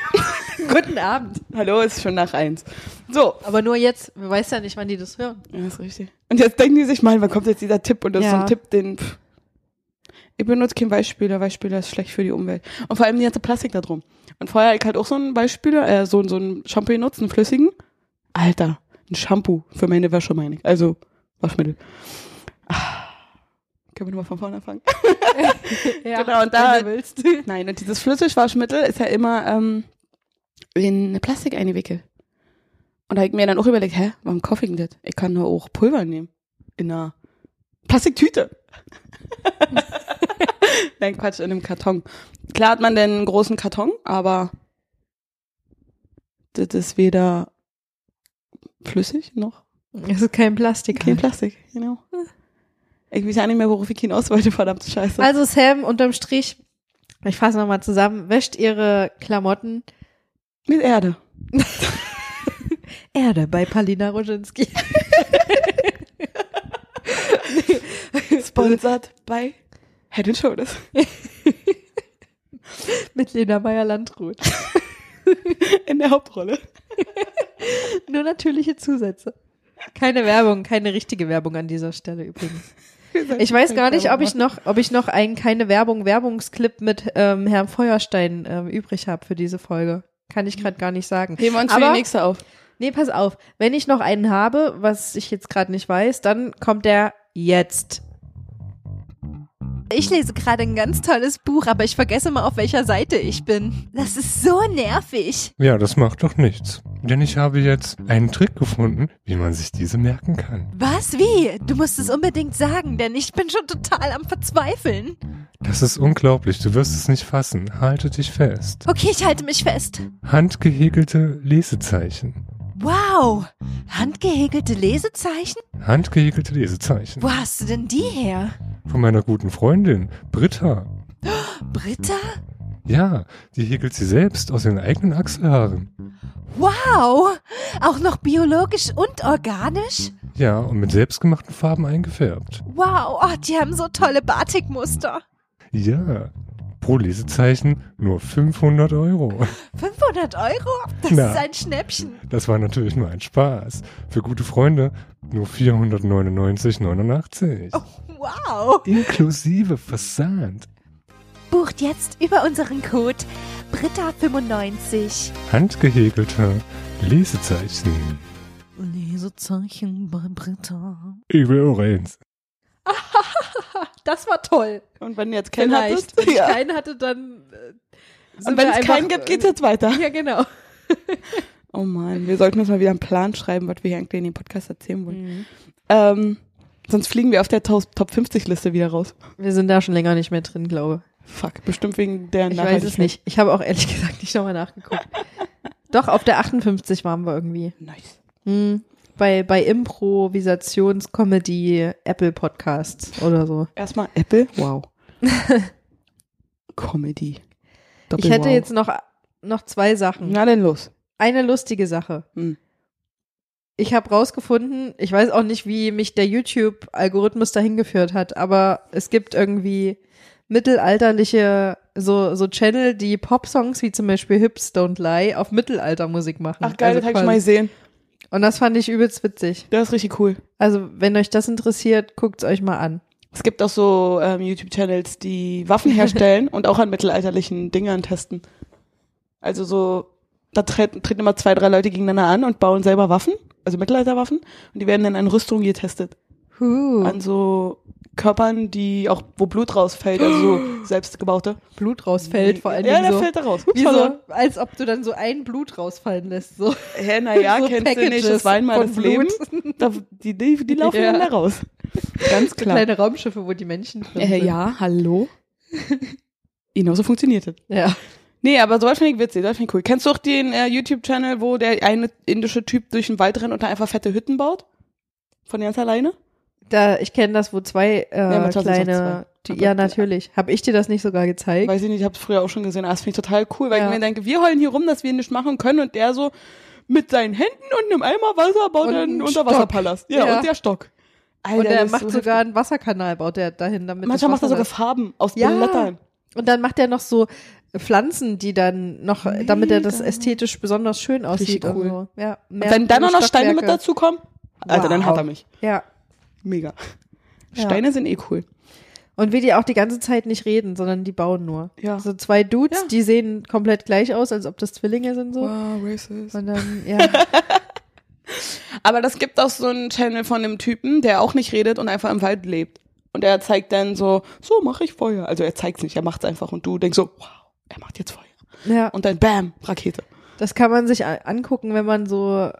Speaker 2: Guten Abend.
Speaker 1: hallo, ist schon nach eins. So.
Speaker 2: Aber nur jetzt. Wir weiß ja nicht, wann die das hören.
Speaker 1: Ja, ist richtig. Und jetzt denken die sich, mein, wann kommt jetzt dieser Tipp? Und das ist so
Speaker 2: Ja.
Speaker 1: ein Tipp, den. Pff. Ich benutze keinen Weichspüler, Weichspüler ist schlecht für die Umwelt. Und vor allem die ganze Plastik da drum. Und vorher hab ich halt auch so einen Weichspüler, äh, so, so einen Shampoo genutzt, einen flüssigen. Alter, ein Shampoo für meine Wäsche, meine ich. Also, Waschmittel. Ah. Können wir nochmal von vorne anfangen?
Speaker 2: Ja,
Speaker 1: Genau, und da-
Speaker 2: wenn du willst. Ja,
Speaker 1: Nein, und dieses Flüssigwaschmittel ist ja immer ähm, in eine Plastik eingewickelt. Und da hab ich mir dann auch überlegt, hä, warum kaufe ich denn das? Ich kann doch auch Pulver nehmen. In einer Plastiktüte. [laughs] Nein, Quatsch, in einem Karton. Klar hat man denn einen großen Karton, aber das ist weder flüssig noch
Speaker 2: Es ist kein Plastik.
Speaker 1: kein
Speaker 2: halt.
Speaker 1: Plastik, genau. Ich weiß ja nicht mehr, worauf ich hinaus wollte, [laughs] verdammte Scheiße.
Speaker 2: Also Sam, unterm Strich, ich fasse nochmal zusammen, wäscht ihre Klamotten
Speaker 1: Mit Erde.
Speaker 2: Erde bei Palina Roginski.
Speaker 1: Sponsored by Head and Shoulders.
Speaker 2: Mit Lena Meyer-Landrut.
Speaker 1: In der [laughs] Hauptrolle.
Speaker 2: Nur natürliche Zusätze. Keine Werbung, keine richtige Werbung an dieser Stelle übrigens. Ich weiß gar nicht, ob ich noch, ob ich noch einen keine Werbung Werbungsclip mit ähm, Herrn Feuerstein ähm, übrig habe für diese Folge. Kann ich gerade gar nicht sagen.
Speaker 1: Nehmen wir uns für
Speaker 2: Aber-
Speaker 1: die nächste auf.
Speaker 2: Nee, pass auf. Wenn ich noch einen habe, was ich jetzt gerade nicht weiß, dann kommt der jetzt.
Speaker 3: Ich lese gerade ein ganz tolles Buch, aber ich vergesse mal, auf welcher Seite ich bin. Das ist so nervig.
Speaker 4: Ja, das macht doch nichts. Denn ich habe jetzt einen Trick gefunden, wie man sich diese merken kann.
Speaker 3: Was? Wie? Du musst es unbedingt sagen, denn ich bin schon total am Verzweifeln.
Speaker 4: Das ist unglaublich, du wirst es nicht fassen. Halte dich fest.
Speaker 3: Okay, ich halte mich fest.
Speaker 4: Handgehäkelte Lesezeichen.
Speaker 3: Wow. Handgehäkelte Lesezeichen?
Speaker 4: Handgehäkelte Lesezeichen.
Speaker 3: Wo hast du denn die her?
Speaker 4: Von meiner guten Freundin, Britta.
Speaker 3: Britta?
Speaker 4: Ja, die häkelt sie selbst aus ihren eigenen Achselhaaren.
Speaker 3: Wow. Auch noch biologisch und organisch?
Speaker 4: Ja, und mit selbstgemachten Farben eingefärbt.
Speaker 3: Wow. Oh, die haben so tolle Batikmuster.
Speaker 4: Ja, pro Lesezeichen nur 500 Euro.
Speaker 3: 500 Euro? Das
Speaker 4: Na.
Speaker 3: ist ein Schnäppchen.
Speaker 4: Das war natürlich nur ein Spaß. Für gute Freunde nur 499,89.
Speaker 3: Wow.
Speaker 4: Inklusive Versand.
Speaker 3: Bucht jetzt über unseren Code Britta95.
Speaker 4: Handgehäkelte Lesezeichen.
Speaker 3: Lesezeichen bei Britta.
Speaker 4: Ich will auch eins.
Speaker 2: Das war toll.
Speaker 1: Und wenn du jetzt keinen
Speaker 2: Vielleicht.
Speaker 1: hattest.
Speaker 2: Wenn ich
Speaker 1: Ja.
Speaker 2: keinen hatte, dann. Äh, sind
Speaker 1: Und wenn
Speaker 2: wir
Speaker 1: es keinen
Speaker 2: [laughs] einfach,
Speaker 1: gibt, geht's jetzt weiter.
Speaker 2: äh, Ja, genau.
Speaker 1: Oh Mann, wir sollten uns mal wieder einen Plan schreiben, was wir hier eigentlich in dem Podcast erzählen wollen.
Speaker 2: Mhm.
Speaker 1: Ähm, sonst fliegen wir auf der Taus- Top 50 Liste wieder raus.
Speaker 2: Wir sind da schon länger nicht mehr drin, glaube
Speaker 1: Fuck, bestimmt wegen der
Speaker 2: ich. Ich weiß es nicht. Ich habe auch ehrlich [laughs] gesagt nicht nochmal nachgeguckt. Doch, auf der 58 waren wir irgendwie.
Speaker 1: Nice.
Speaker 2: Hm. Bei, bei Improvisationscomedy Apple Podcasts oder so.
Speaker 1: Erstmal Apple.
Speaker 2: [laughs] Wow.
Speaker 1: Comedy.
Speaker 2: Ich hätte
Speaker 1: Wow.
Speaker 2: jetzt noch, noch zwei Sachen.
Speaker 1: Na denn los.
Speaker 2: Eine lustige Sache.
Speaker 1: Hm.
Speaker 2: Ich habe rausgefunden, ich weiß auch nicht, wie mich der YouTube-Algorithmus dahin geführt hat, aber es gibt irgendwie mittelalterliche so, so Channel, die Pop-Songs wie zum Beispiel Hips Don't Lie auf Mittelaltermusik machen. Also
Speaker 1: Ach geil, das habe ich
Speaker 2: quasi-
Speaker 1: schon mal gesehen.
Speaker 2: Und das fand ich übelst witzig.
Speaker 1: Also Das ist richtig cool.
Speaker 2: Also, wenn euch das interessiert, guckt's euch mal an.
Speaker 1: Es gibt auch so ähm, YouTube-Channels, die Waffen
Speaker 2: [laughs]
Speaker 1: herstellen und auch an mittelalterlichen Dingern testen. Also so, da treten, treten immer zwei, drei Leute gegeneinander an und bauen selber Waffen, also Mittelalterwaffen, und die werden dann an Rüstung getestet.
Speaker 2: Huh,
Speaker 1: An so Körpern, die auch, wo Blut rausfällt, also
Speaker 2: [gasps]
Speaker 1: so selbstgebaute.
Speaker 2: Blut rausfällt vor allen
Speaker 1: ja,
Speaker 2: Dingen
Speaker 1: Ja,
Speaker 2: so.
Speaker 1: der fällt da raus. Ups,
Speaker 2: Wie so, [laughs]
Speaker 1: verloren.
Speaker 2: als ob du dann so ein Blut rausfallen lässt. So.
Speaker 1: Hä, naja,
Speaker 2: [laughs] so
Speaker 1: kennst du nicht,
Speaker 2: Packages
Speaker 1: das war einmal
Speaker 2: von
Speaker 1: das Leben.
Speaker 2: Blut.
Speaker 1: Da, die, die, die laufen
Speaker 2: Ja.
Speaker 1: dann da
Speaker 2: [laughs]
Speaker 1: raus. Ganz [laughs] klar.
Speaker 2: Kleine Raumschiffe, wo die Menschen drin
Speaker 1: Äh,
Speaker 2: sind.
Speaker 1: ja, hallo? Genauso Genau funktioniert das.
Speaker 2: ja.
Speaker 1: Nee, aber sowas finde ich witzig, sowas finde ich cool. Kennst du auch den äh, YouTube-Channel, wo der eine indische Typ durch den Wald rennt und da einfach fette Hütten baut? Von ganz alleine?
Speaker 2: Da, ich kenne das, wo zwei äh,
Speaker 1: manchmal sind es auch
Speaker 2: kleine.
Speaker 1: zwei.
Speaker 2: Die, ja,
Speaker 1: Aber-
Speaker 2: natürlich. Habe ich dir das nicht sogar gezeigt?
Speaker 1: Weiß ich nicht, ich habe es früher auch schon gesehen, aber das finde ich total cool, weil
Speaker 2: Ja.
Speaker 1: ich mir denke, wir heulen hier rum, dass wir nichts machen können und der so mit seinen Händen und einem Eimer Wasser baut
Speaker 2: Und
Speaker 1: er
Speaker 2: einen
Speaker 1: einen Unterwasserpalast. Ja,
Speaker 2: Ja.
Speaker 1: und der Stock. Alter,
Speaker 2: und er
Speaker 1: das ist
Speaker 2: macht
Speaker 1: so
Speaker 2: sogar einen Wasserkanal, baut er dahin, damit.
Speaker 1: heftig. Manchmal macht
Speaker 2: das
Speaker 1: er sogar
Speaker 2: Wasser
Speaker 1: Farben aus
Speaker 2: Ja.
Speaker 1: Blättern.
Speaker 2: läuft. Und dann macht er noch so Pflanzen, die dann noch, damit er das ästhetisch besonders schön aussieht.
Speaker 1: cool.
Speaker 2: Und so. ja, mehr
Speaker 1: Und wenn dann auch noch Steine mit
Speaker 2: Stockwerke.
Speaker 1: dazukommen, Alter, dann hat er
Speaker 2: Wow.
Speaker 1: mich.
Speaker 2: Ja.
Speaker 1: Mega.
Speaker 2: Ja.
Speaker 1: Steine sind eh cool.
Speaker 2: Und wie die auch die ganze Zeit nicht reden, sondern die bauen nur.
Speaker 1: Ja.
Speaker 2: So zwei Dudes,
Speaker 1: Ja.
Speaker 2: die sehen komplett gleich aus, als ob das Zwillinge sind so.
Speaker 1: Wow, racist.
Speaker 2: Und dann,
Speaker 1: [laughs]
Speaker 2: ja.
Speaker 1: Aber das gibt auch so einen Channel von einem Typen, der auch nicht redet und einfach im Wald lebt. Und er zeigt dann so, so mache ich Feuer. Also er zeigt's nicht, er macht's einfach und du denkst so, wow, er macht jetzt Feuer.
Speaker 2: ja.
Speaker 1: Und dann bam, Rakete.
Speaker 2: Das kann man sich a- angucken, wenn man so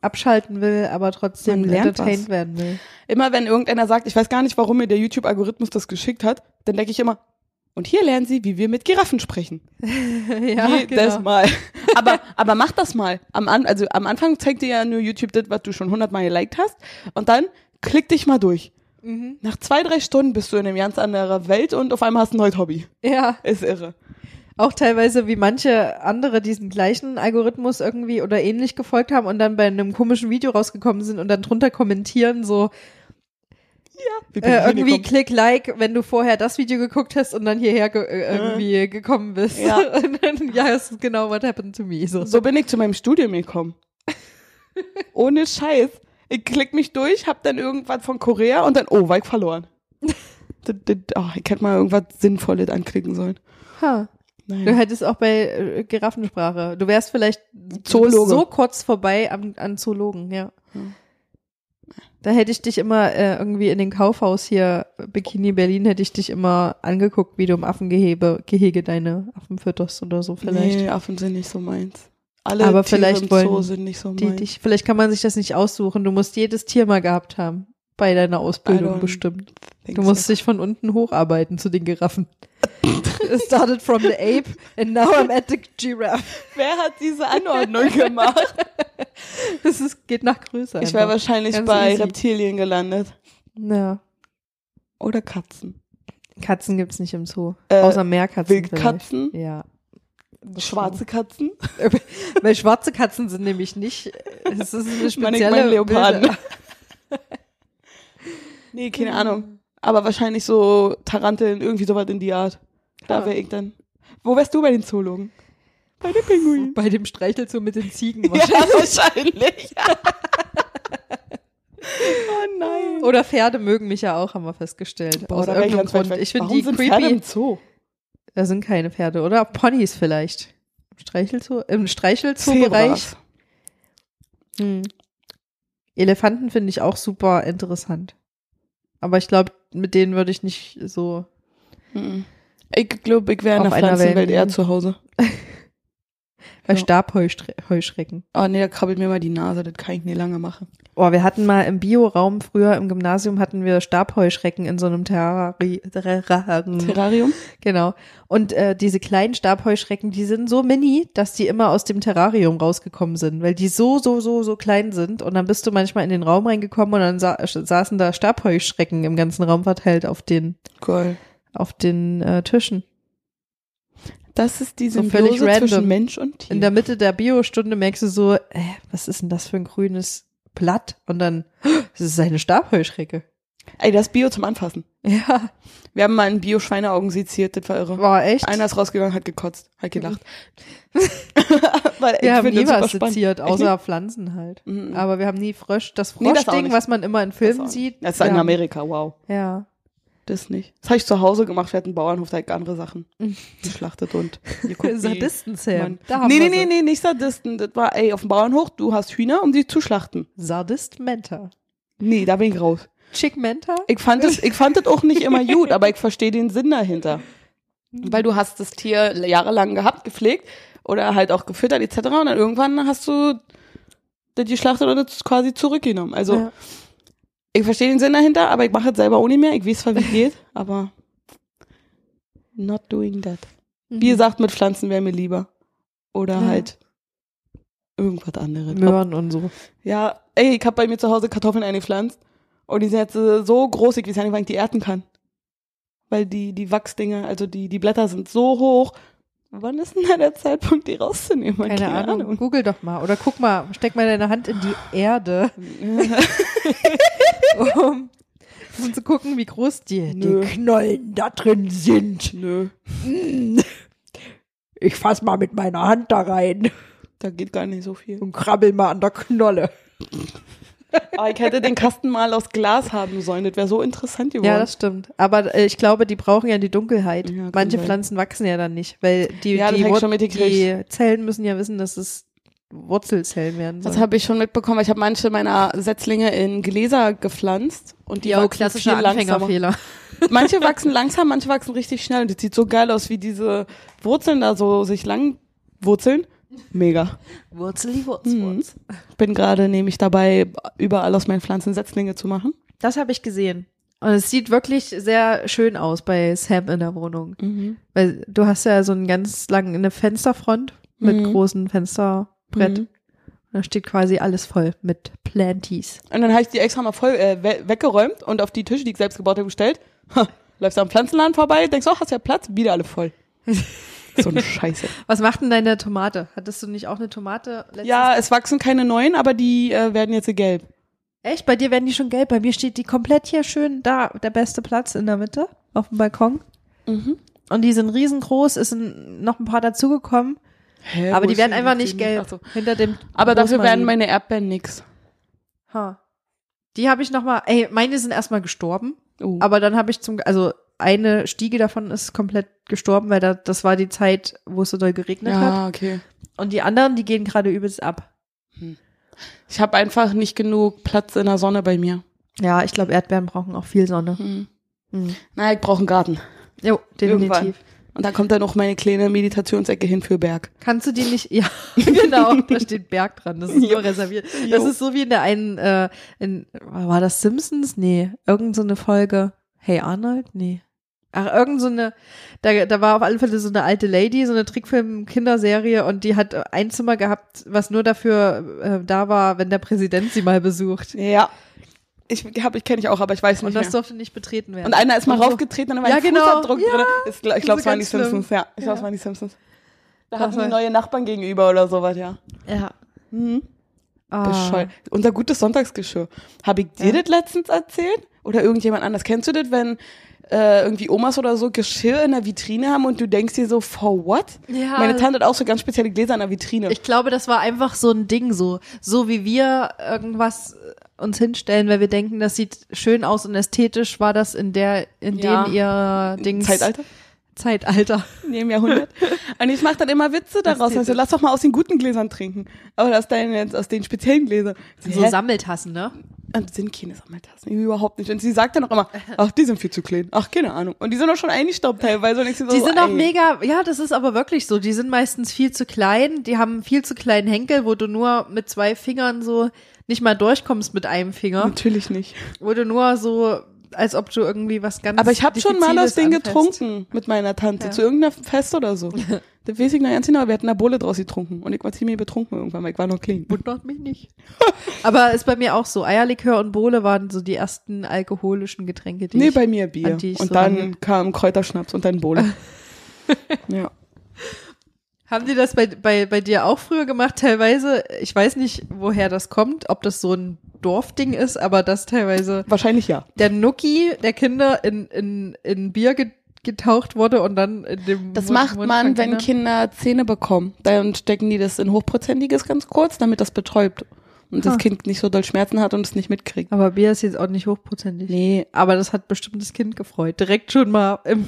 Speaker 2: abschalten will, aber trotzdem
Speaker 1: Man lernt
Speaker 2: entertained
Speaker 1: was. [laughs]
Speaker 2: werden will. [laughs]
Speaker 1: Immer wenn irgendeiner sagt, ich weiß gar nicht, warum mir der YouTube-Algorithmus das geschickt hat, dann denke ich immer, und hier lernen sie, wie wir mit Giraffen sprechen.
Speaker 2: ja, genau.
Speaker 1: Jedes Mal. [laughs] Aber, aber mach das mal. Am, An- also am Anfang zeigt dir ja nur YouTube das, was du schon hundertmal geliked hast. Und dann klick dich mal durch.
Speaker 2: Mhm.
Speaker 1: Nach zwei, drei Stunden bist du in einem ganz anderen Welt und auf einmal hast du ein neues Hobby.
Speaker 2: Ja,
Speaker 1: Ist irre.
Speaker 2: auch teilweise wie manche andere diesen gleichen Algorithmus irgendwie oder ähnlich gefolgt haben und dann bei einem komischen Video rausgekommen sind und dann drunter kommentieren so
Speaker 1: Wie bin ich
Speaker 2: äh, irgendwie
Speaker 1: hingekommen?
Speaker 2: klick like, wenn du vorher das Video geguckt hast und dann hierher ge äh, irgendwie gekommen bist.
Speaker 1: Ja.
Speaker 2: [laughs] und dann, ja, es ist genau what happened to me. So.
Speaker 1: so bin ich zu meinem Studium
Speaker 2: [laughs]
Speaker 1: gekommen. Ohne Scheiß. Ich klick mich durch, hab dann irgendwas von Korea und dann, oh, war ich
Speaker 2: [laughs]
Speaker 1: verloren. Das- das- Oh, ich hätte mal irgendwas Sinnvolles anklicken sollen.
Speaker 2: Ha. Du
Speaker 1: Nein.
Speaker 2: hättest auch bei äh, Giraffensprache. Du wärst vielleicht du bist
Speaker 1: Zoologe.
Speaker 2: so kurz vorbei am, an Zoologen, ja.
Speaker 1: Hm.
Speaker 2: Da hätte ich dich immer äh, irgendwie in den Kaufhaus hier, Bikini Berlin, hätte ich dich immer angeguckt, wie du im Affengehege Gehege deine Affen fütterst oder so vielleicht.
Speaker 1: Nee, Affen sind nicht so meins. Alle
Speaker 2: Aber
Speaker 1: Tiere
Speaker 2: vielleicht
Speaker 1: im
Speaker 2: wollen
Speaker 1: Zoo sind nicht so
Speaker 2: Die
Speaker 1: meins.
Speaker 2: dich, vielleicht kann man sich das nicht aussuchen. Du musst jedes Tier mal gehabt haben. Bei deiner
Speaker 1: I don't
Speaker 2: Ausbildung bestimmt.
Speaker 1: Denkst
Speaker 2: Du musst dich von unten hocharbeiten zu
Speaker 1: [laughs]
Speaker 2: den Giraffen. It started from the ape and now I'm at the giraffe.
Speaker 1: Wer hat diese Anordnung gemacht? [laughs]
Speaker 2: Das ist, geht nach Größe.
Speaker 1: Ich wäre
Speaker 2: einfach.
Speaker 1: wahrscheinlich
Speaker 2: Ganz
Speaker 1: bei
Speaker 2: easy.
Speaker 1: Reptilien gelandet.
Speaker 2: Ja.
Speaker 1: Oder Katzen.
Speaker 2: Katzen gibt's nicht im Zoo.
Speaker 1: Äh,
Speaker 2: Außer Meerkatzen.
Speaker 1: Wildkatzen,
Speaker 2: vielleicht. Ja.
Speaker 1: schwarze Katzen.
Speaker 2: [laughs] Weil schwarze Katzen sind nämlich nicht. Es ist eine
Speaker 1: Meine
Speaker 2: spezielle.
Speaker 1: ich mein Leoparden.
Speaker 2: Bilder.
Speaker 1: nee, keine Ahnung. Aber wahrscheinlich so Taranteln, irgendwie sowas in die Art. Da
Speaker 2: Ah.
Speaker 1: wäre ich dann. Wo wärst du bei den Zoologen? Bei den
Speaker 2: [laughs]
Speaker 1: Pinguinen.
Speaker 2: [laughs] Bei dem Streichelzoo mit den
Speaker 1: [laughs]
Speaker 2: Ziegen
Speaker 1: Ja,
Speaker 2: wahrscheinlich.
Speaker 1: wahrscheinlich. [laughs] oh nein.
Speaker 2: Oder Pferde mögen mich ja auch, haben wir festgestellt.
Speaker 1: Boah,
Speaker 2: Aus
Speaker 1: da wär ich
Speaker 2: irgendeinem
Speaker 1: ganz weit
Speaker 2: Grund.
Speaker 1: weg.
Speaker 2: Ich finde
Speaker 1: Warum
Speaker 2: die
Speaker 1: sind
Speaker 2: creepy.
Speaker 1: Pferde im Zoo?
Speaker 2: Da sind keine Pferde, oder? Ponys vielleicht. Im Streichelzoo, im Streichelzoo-Bereich.
Speaker 1: Zebras.
Speaker 2: Hm. Elefanten finde ich auch super interessant. Aber ich glaube, mit denen würde ich nicht so.
Speaker 1: Mhm. Ich glaube, ich wäre in
Speaker 2: Hm. Auf
Speaker 1: der
Speaker 2: einer hm.
Speaker 1: Pflanzenwelt
Speaker 2: Wellenlänge.
Speaker 1: eher zu Hause.
Speaker 2: Bei
Speaker 1: Ja.
Speaker 2: Stabheuschrecken.
Speaker 1: Oh nee, da krabbelt mir mal die Nase, das kann ich nicht lange machen.
Speaker 2: Oh, wir hatten mal im Bioraum früher im Gymnasium hatten wir Stabheuschrecken in so einem Terrari
Speaker 1: [laughs]
Speaker 2: Terrarium.
Speaker 1: Terrarium?
Speaker 2: Genau. Und äh, diese kleinen Stabheuschrecken, die sind so mini, dass die immer aus dem Terrarium rausgekommen sind, weil die so, so, so, so klein sind. Und dann bist du manchmal in den Raum reingekommen und dann sa saßen da Stabheuschrecken im ganzen Raum verteilt auf den,
Speaker 1: Cool.
Speaker 2: auf den äh, Tischen.
Speaker 1: Das ist die
Speaker 2: So
Speaker 1: Symbiose
Speaker 2: völlig random.
Speaker 1: zwischen Mensch und Tier.
Speaker 2: In der Mitte der Biostunde merkst du so, äh, was ist denn das für ein grünes Blatt? Und dann, [gasps] das ist eine Stabheuschrecke.
Speaker 1: Ey, das Bio zum Anfassen.
Speaker 2: Ja,
Speaker 1: Wir haben mal ein Bio-Schweineaugen seziert, das war irre.
Speaker 2: war echt. Mhm.
Speaker 1: Einer ist rausgegangen, hat gekotzt, hat gelacht. [laughs] Weil
Speaker 2: wir haben
Speaker 1: finde
Speaker 2: nie
Speaker 1: das
Speaker 2: was
Speaker 1: super spannend.
Speaker 2: seziert,
Speaker 1: Echt
Speaker 2: außer Pflanzen halt.
Speaker 1: Mhm.
Speaker 2: Aber wir haben nie Frösch, das
Speaker 1: Nee, das auch
Speaker 2: Froschding,
Speaker 1: nicht.
Speaker 2: was man immer in
Speaker 1: Das auch
Speaker 2: Filmen
Speaker 1: nicht.
Speaker 2: sieht.
Speaker 1: Das ist in
Speaker 2: ja.
Speaker 1: Amerika, wow.
Speaker 2: Ja.
Speaker 1: Das nicht. Das habe ich zu Hause gemacht, wir hatten einen Bauernhof, da hatte andere Sachen
Speaker 2: Mhm.
Speaker 1: geschlachtet
Speaker 2: [laughs]
Speaker 1: und geguckt.
Speaker 2: Sadisten-Sam.
Speaker 1: Mann. Nee, nee, nee, nee, nicht Sadisten. Das war, ey, auf dem Bauernhof, du hast Hühner, um sie zu schlachten.
Speaker 2: Sadist-Menta.
Speaker 1: Nee, da bin ich raus.
Speaker 2: Chick-Menta?
Speaker 1: Ich fand es, ich fand es auch nicht immer gut, aber ich verstehe den Sinn dahinter. Weil du hast das Tier jahrelang gehabt, gepflegt oder halt auch gefüttert etc. Und dann irgendwann hast du das geschlachtet oder das quasi zurückgenommen. Also
Speaker 2: Ja.
Speaker 1: ich verstehe den Sinn dahinter, aber ich mache es selber ohne mehr. Ich weiß zwar, wie es
Speaker 2: [laughs]
Speaker 1: geht, aber not doing that. Wie gesagt, mit Pflanzen wäre mir lieber. Oder
Speaker 2: Mhm. Ja.
Speaker 1: halt irgendwas anderes.
Speaker 2: Möhren und so.
Speaker 1: Ja, ey, ich hab bei mir zu Hause Kartoffeln eingepflanzt und die sind jetzt äh, so groß, ich weiß ja nicht, wann ich die ernten kann. Weil die, die Wachsdinge, also die, die Blätter sind so hoch. Wann ist denn da der Zeitpunkt, die rauszunehmen?
Speaker 2: Keine, Ahnung. Google doch mal. Oder guck mal, steck mal deine Hand in die
Speaker 1: [laughs]
Speaker 2: Erde, [laughs] um, um zu gucken, wie groß die, die
Speaker 1: Nö.
Speaker 2: Knollen da drin sind.
Speaker 1: Nö,
Speaker 2: [laughs] Ich fass mal mit meiner Hand da rein
Speaker 1: da geht gar nicht so viel.
Speaker 2: und krabbel mal an der Knolle.
Speaker 1: [laughs] Aber Ah, ich hätte den Kasten mal aus Glas haben sollen, das wäre so interessant geworden.
Speaker 2: Ja, das stimmt. Aber äh, ich glaube, die brauchen ja die Dunkelheit.
Speaker 1: Ja, kann
Speaker 2: Manche
Speaker 1: sein.
Speaker 2: Pflanzen wachsen ja dann nicht, weil die,
Speaker 1: Ja, das
Speaker 2: die,
Speaker 1: hab ich
Speaker 2: Wur-
Speaker 1: schon mitgekriegt.
Speaker 2: die Zellen müssen ja wissen, dass es Wurzelzellen werden
Speaker 1: Das
Speaker 2: sollen.
Speaker 1: habe ich schon mitbekommen. Ich habe manche meiner Setzlinge in Gläser gepflanzt und die
Speaker 3: Jo,
Speaker 1: wachsen
Speaker 3: klassischer
Speaker 1: viel langsamer. [laughs]
Speaker 3: Anfängerfehler.
Speaker 1: Manche wachsen langsam, manche wachsen richtig schnell. Und das sieht so geil aus, wie diese Wurzeln da so sich lang wurzeln. Mega.
Speaker 3: Wurzeli, wurz,
Speaker 1: Mhm. Bin gerade nämlich dabei, überall aus meinen Pflanzen Setzlinge zu machen.
Speaker 2: Das habe ich gesehen. Und es sieht wirklich sehr schön aus bei Sam in der Wohnung. Weil du hast ja so einen ganz langen, eine Fensterfront mit
Speaker 1: Mhm.
Speaker 2: großen Fensterbrett.
Speaker 1: Mhm.
Speaker 2: Da steht quasi alles voll mit Planties.
Speaker 1: Und dann habe ich die extra mal voll äh, we weggeräumt und auf die Tische, die ich selbst gebaut habe, gestellt. Ha, läufst am Pflanzenladen vorbei, denkst, oh, hast ja Platz, wieder alle
Speaker 2: [laughs]
Speaker 1: voll. So eine Scheiße.
Speaker 2: Was macht denn deine Tomate? Hattest du nicht auch eine Tomate letztes
Speaker 1: Ja, es wachsen keine neuen, aber die äh, werden jetzt gelb.
Speaker 2: Echt? Bei dir werden die schon gelb. Bei mir steht die komplett hier schön da, der beste Platz in der Mitte auf dem Balkon.
Speaker 1: Mhm.
Speaker 2: Und die sind riesengroß, es sind noch ein paar dazugekommen,
Speaker 1: Hä,
Speaker 2: aber
Speaker 1: wo
Speaker 2: die
Speaker 1: ist
Speaker 2: werden
Speaker 1: denn
Speaker 2: einfach
Speaker 1: die
Speaker 2: nicht
Speaker 1: Grüne?
Speaker 2: gelb.
Speaker 1: Ach so.
Speaker 2: Hinter dem
Speaker 1: Aber dafür
Speaker 2: Rosmarin.
Speaker 1: werden meine Erdbeeren nix.
Speaker 2: Ha. Die habe ich noch mal, ey, meine sind erstmal gestorben,
Speaker 1: Uh.
Speaker 2: aber dann habe ich zum also eine Stiege davon ist komplett gestorben, weil da, das war die Zeit, wo es so doll geregnet hat
Speaker 1: ja, okay.
Speaker 2: und die anderen, die gehen gerade übelst ab.
Speaker 1: Ich habe einfach nicht genug Platz in der Sonne bei mir.
Speaker 2: Ja, ich glaube Erdbeeren brauchen auch viel Sonne.
Speaker 1: Hm.
Speaker 2: Mhm.
Speaker 1: Na, ich brauche einen Garten.
Speaker 2: Jo, definitiv.
Speaker 1: Irgendwann. Und dann kommt dann noch meine kleine Meditationsecke hin für Berg.
Speaker 2: Kannst du die
Speaker 1: [laughs]
Speaker 2: nicht, ja, genau, da steht Berg dran, das ist nur reserviert. Das
Speaker 1: Jo.
Speaker 2: ist so wie in der einen, äh, in, war das Simpsons? Nee, irgend so eine Folge. Hey Arnold? Nee. Ach, irgend so eine, da, da war auf alle Fälle so eine alte Lady, so eine Trickfilm-Kinderserie und die hat ein Zimmer gehabt, was nur dafür äh, da war, wenn der Präsident sie mal besucht.
Speaker 1: Ja. Ich hab, ich kenne ich auch, aber ich weiß
Speaker 2: Und
Speaker 1: nicht
Speaker 2: das
Speaker 1: mehr.
Speaker 2: durfte nicht betreten werden.
Speaker 1: Und einer ist mal
Speaker 2: Und so.
Speaker 1: raufgetreten und dann war
Speaker 2: Ja,
Speaker 1: ein
Speaker 2: genau.
Speaker 1: Fußabdruck
Speaker 2: Ja.
Speaker 1: drin. Ist, glaub- ich glaube,
Speaker 2: Das
Speaker 1: es waren die
Speaker 2: ist ganz
Speaker 1: Simpsons. Ja, ich glaube, es
Speaker 2: Ja.
Speaker 1: waren die Simpsons. Da
Speaker 2: Das
Speaker 1: hatten
Speaker 2: war-
Speaker 1: die neue Nachbarn gegenüber oder sowas, ja.
Speaker 2: Ja.
Speaker 1: Mhm.
Speaker 2: Ah.
Speaker 1: Bescheuert. Unser gutes Sonntagsgeschirr. Habe ich dir
Speaker 2: Ja.
Speaker 1: das letztens erzählt? Oder irgendjemand anders? Kennst du das, wenn äh, irgendwie Omas oder so Geschirr in der Vitrine haben und du denkst dir so, for what?
Speaker 3: Ja.
Speaker 1: Meine Tante hat auch so ganz spezielle Gläser in der Vitrine.
Speaker 2: Ich glaube, das war einfach so ein Ding, so, so wie wir irgendwas äh, uns hinstellen, weil wir denken, das sieht schön aus und ästhetisch war das in der, in
Speaker 1: Ja.
Speaker 2: dem ihr Dings
Speaker 1: Zeitalter?
Speaker 2: Zeitalter.
Speaker 1: In dem
Speaker 2: [laughs]
Speaker 1: Jahrhundert. Und ich mache dann immer Witze daraus.
Speaker 2: geht
Speaker 1: Also,
Speaker 2: das?
Speaker 1: lass doch mal aus den guten Gläsern trinken. Aber aus, deinen, aus den speziellen Gläsern.
Speaker 2: So
Speaker 1: Hä?
Speaker 2: Sammeltassen, ne?
Speaker 1: äh, sind keine Sammeltassen. Überhaupt nicht. Und sie sagt dann auch immer, ach, die sind viel zu klein. Ach, keine Ahnung. Und die sind auch schon eingestaubt teilweise. Und ich so,
Speaker 2: Die sind auch
Speaker 1: ey.
Speaker 2: mega, ja, das ist aber wirklich so. Die sind meistens viel zu klein, die haben viel zu kleinen Henkel, wo du nur mit zwei Fingern so nicht mal durchkommst mit einem Finger.
Speaker 1: Natürlich nicht.
Speaker 2: Wo du nur so, als ob du irgendwie was ganz.
Speaker 1: Aber ich habe schon mal das
Speaker 2: Diffiziles
Speaker 1: Ding
Speaker 2: anfasst.
Speaker 1: getrunken mit meiner Tante,
Speaker 2: Ja.
Speaker 1: zu irgendeinem Fest oder [laughs] so. das weiß ich noch ganz genau, wir hatten eine Bohle draus getrunken und ich war ziemlich betrunken irgendwann, weil ich war noch clean.
Speaker 2: Wundert mich nicht. [laughs] aber ist bei mir auch so. Eierlikör und Bohle waren so die ersten alkoholischen Getränke, die
Speaker 1: Nee,
Speaker 2: ich
Speaker 1: bei mir Bier.
Speaker 2: an die ich
Speaker 1: Und
Speaker 2: so
Speaker 1: dann
Speaker 2: range-
Speaker 1: kam Kräuterschnaps und dann [laughs] Bohle. ja.
Speaker 2: Haben die das bei, bei, bei dir auch früher gemacht teilweise? Ich weiß nicht, woher das kommt, ob das so ein Dorfding ist, aber das teilweise
Speaker 1: Wahrscheinlich ja.
Speaker 2: der Nuki der Kinder in, in, in Bier ge getaucht wurde und dann in dem
Speaker 1: Das
Speaker 2: Mund-
Speaker 1: macht
Speaker 2: Mund
Speaker 1: man,
Speaker 2: von
Speaker 1: wenn
Speaker 2: Kindern.
Speaker 1: Kinder Zähne bekommen. Dann stecken die das in hochprozentiges ganz kurz, damit das betäubt. Und das
Speaker 2: Ah.
Speaker 1: Kind nicht so doll Schmerzen hat und es nicht mitkriegt.
Speaker 2: Aber Bier ist jetzt auch nicht hochprozentig.
Speaker 1: Nee.
Speaker 2: Aber das hat bestimmt das Kind gefreut. Direkt schon mal im,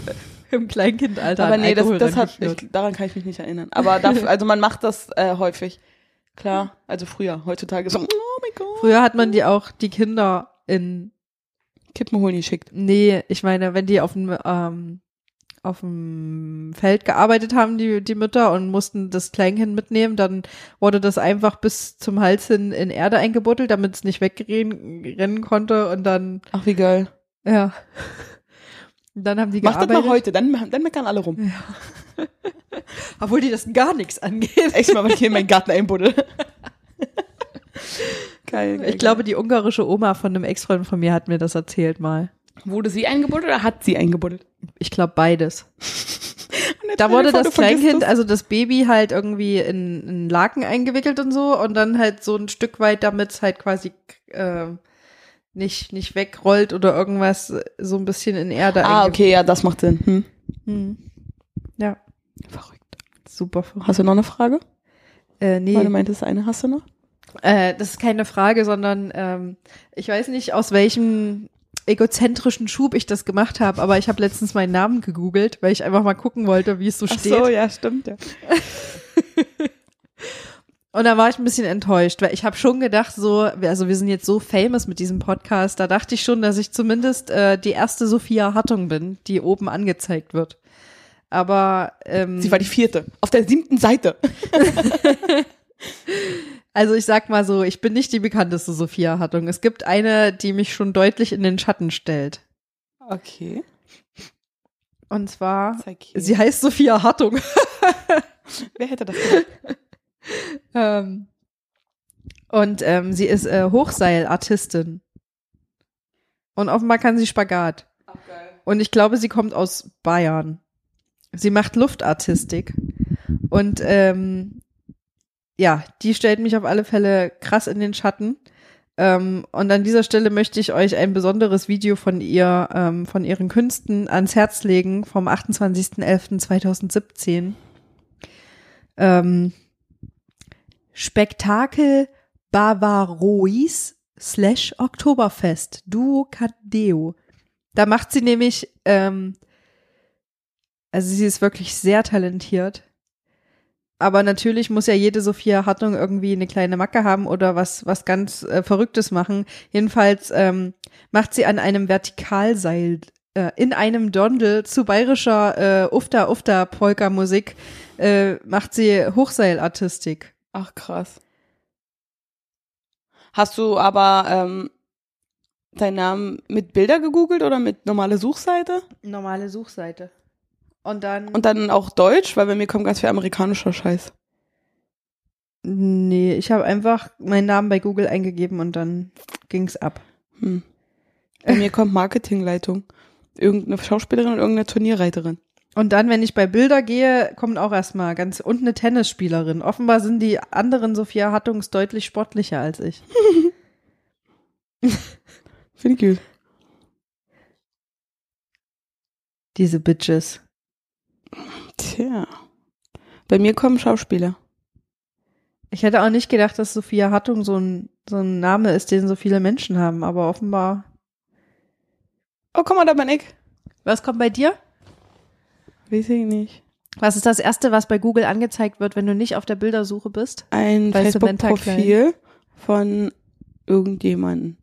Speaker 2: im Kleinkindalter.
Speaker 1: Aber
Speaker 2: an
Speaker 1: nee, das,
Speaker 2: Alkohol
Speaker 1: das hat,
Speaker 2: rangeführt.
Speaker 1: ich, daran kann ich mich nicht erinnern. Aber dafür, also man macht das äh, häufig. Klar, also früher. Heutzutage so, oh mein Gott.
Speaker 2: Früher hat man die auch, die Kinder in
Speaker 1: Kippen holen geschickt.
Speaker 2: Nee, ich meine, wenn die auf dem ähm, auf dem Feld gearbeitet haben, die, die Mütter, und mussten das Kleinkind mitnehmen, dann wurde das einfach bis zum Hals hin in Erde eingebuddelt, damit es nicht wegrennen konnte und dann,
Speaker 1: Ach, wie geil.
Speaker 2: ja. Und dann haben die
Speaker 1: Mach das
Speaker 2: gearbeitet.
Speaker 1: mal heute, dann, dann meckern alle rum.
Speaker 2: Obwohl die das gar nichts angeht.
Speaker 1: Echt mal, wenn ich hier in meinen Garten einbuddel. [laughs] geil, geil.
Speaker 2: Ich glaube, die ungarische Oma von einem Ex-Freund von mir hat mir das erzählt mal.
Speaker 1: geil. wurde sie eingebuddelt oder hat sie eingebuddelt?
Speaker 2: Ich glaube [laughs] beides. Da wurde das Kleinkind, also das Baby halt irgendwie in, in einen Laken eingewickelt und so und dann halt so ein Stück weit, damit es halt quasi äh, nicht, nicht wegrollt oder irgendwas äh, so ein bisschen in Erde
Speaker 1: Ah,
Speaker 2: eingewickelt.
Speaker 1: okay, ja, das macht Sinn. Hm.
Speaker 2: Hm. Ja,
Speaker 1: Verrückt.
Speaker 2: super verrückt.
Speaker 1: Hast du noch eine Frage?
Speaker 2: Äh, nee,
Speaker 1: Weil du meintest, eine hast du noch?
Speaker 2: äh, das ist keine Frage, sondern ähm, ich weiß nicht, aus welchem egozentrischen Schub ich das gemacht habe, aber ich habe letztens meinen Namen gegoogelt, weil ich einfach mal gucken wollte, wie es so steht.
Speaker 1: ja, stimmt, ja.
Speaker 2: Und da war ich ein bisschen enttäuscht, weil ich habe schon gedacht, so, also wir sind jetzt so famous mit diesem Podcast, da dachte ich schon, dass ich zumindest äh, die erste Sophia Hartung bin, die oben angezeigt wird. Aber ähm,
Speaker 1: Sie war die vierte. Auf der siebten Seite.
Speaker 2: also ich sag mal so, ich bin nicht die bekannteste Sophia Hartung. Es gibt eine, die mich schon deutlich in den Schatten stellt.
Speaker 1: Okay.
Speaker 2: Und zwar,
Speaker 1: Zeig her.
Speaker 2: sie heißt Sophia Hartung.
Speaker 1: Wer hätte das gedacht?
Speaker 2: ähm, und ähm, sie ist äh, Hochseilartistin. Und offenbar kann sie Spagat. Und ich glaube, sie kommt aus Bayern. Sie macht Luftartistik. Und ähm, ja, die stellt mich auf alle Fälle krass in den Schatten. Ähm, und an dieser Stelle möchte ich euch ein besonderes Video von ihr, ähm, von ihren Künsten ans Herz legen vom 28.11.2017. Ähm, Spektakel Bavarois slash Oktoberfest Duo Cadeo. Da macht sie nämlich, ähm, also sie ist wirklich sehr talentiert. Aber natürlich muss ja jede Sophia Hartung irgendwie eine kleine Macke haben oder was, was ganz äh, Verrücktes machen. Jedenfalls ähm, macht sie an einem Vertikalseil äh, in einem Dondel zu bayerischer äh, Ufta Ufta Polka Musik äh, macht sie Hochseilartistik.
Speaker 1: Ach, krass. Hast du aber ähm, deinen Namen mit Bilder gegoogelt oder mit normale Suchseite?
Speaker 2: Normale Suchseite. Und dann.
Speaker 1: Und dann auch Deutsch, weil bei mir kommt ganz viel amerikanischer Scheiß.
Speaker 2: nee, ich habe einfach meinen Namen bei Google eingegeben und dann ging's ab.
Speaker 1: Hm. Bei mir kommt Marketingleitung. Irgendeine Schauspielerin und irgendeine Turnierreiterin.
Speaker 2: Und dann, wenn ich bei Bilder gehe, kommt auch erstmal ganz und eine Tennisspielerin. Offenbar sind die anderen Sophia Hattungs deutlich sportlicher als ich.
Speaker 1: Finde ich gut.
Speaker 2: Diese Bitches.
Speaker 1: Tja. Bei mir kommen Schauspieler.
Speaker 2: Ich hätte auch nicht gedacht, dass Sophia Hattung so ein, so ein Name ist, den so viele Menschen haben, aber offenbar.
Speaker 1: Oh, guck mal, da bin ich.
Speaker 2: Was kommt bei dir?
Speaker 1: Weiß ich nicht.
Speaker 2: Was ist das Erste, was bei Google angezeigt wird, wenn du nicht auf der Bildersuche bist?
Speaker 1: Ein
Speaker 2: Bei Samantha
Speaker 1: Facebook-Profil von irgendjemandem.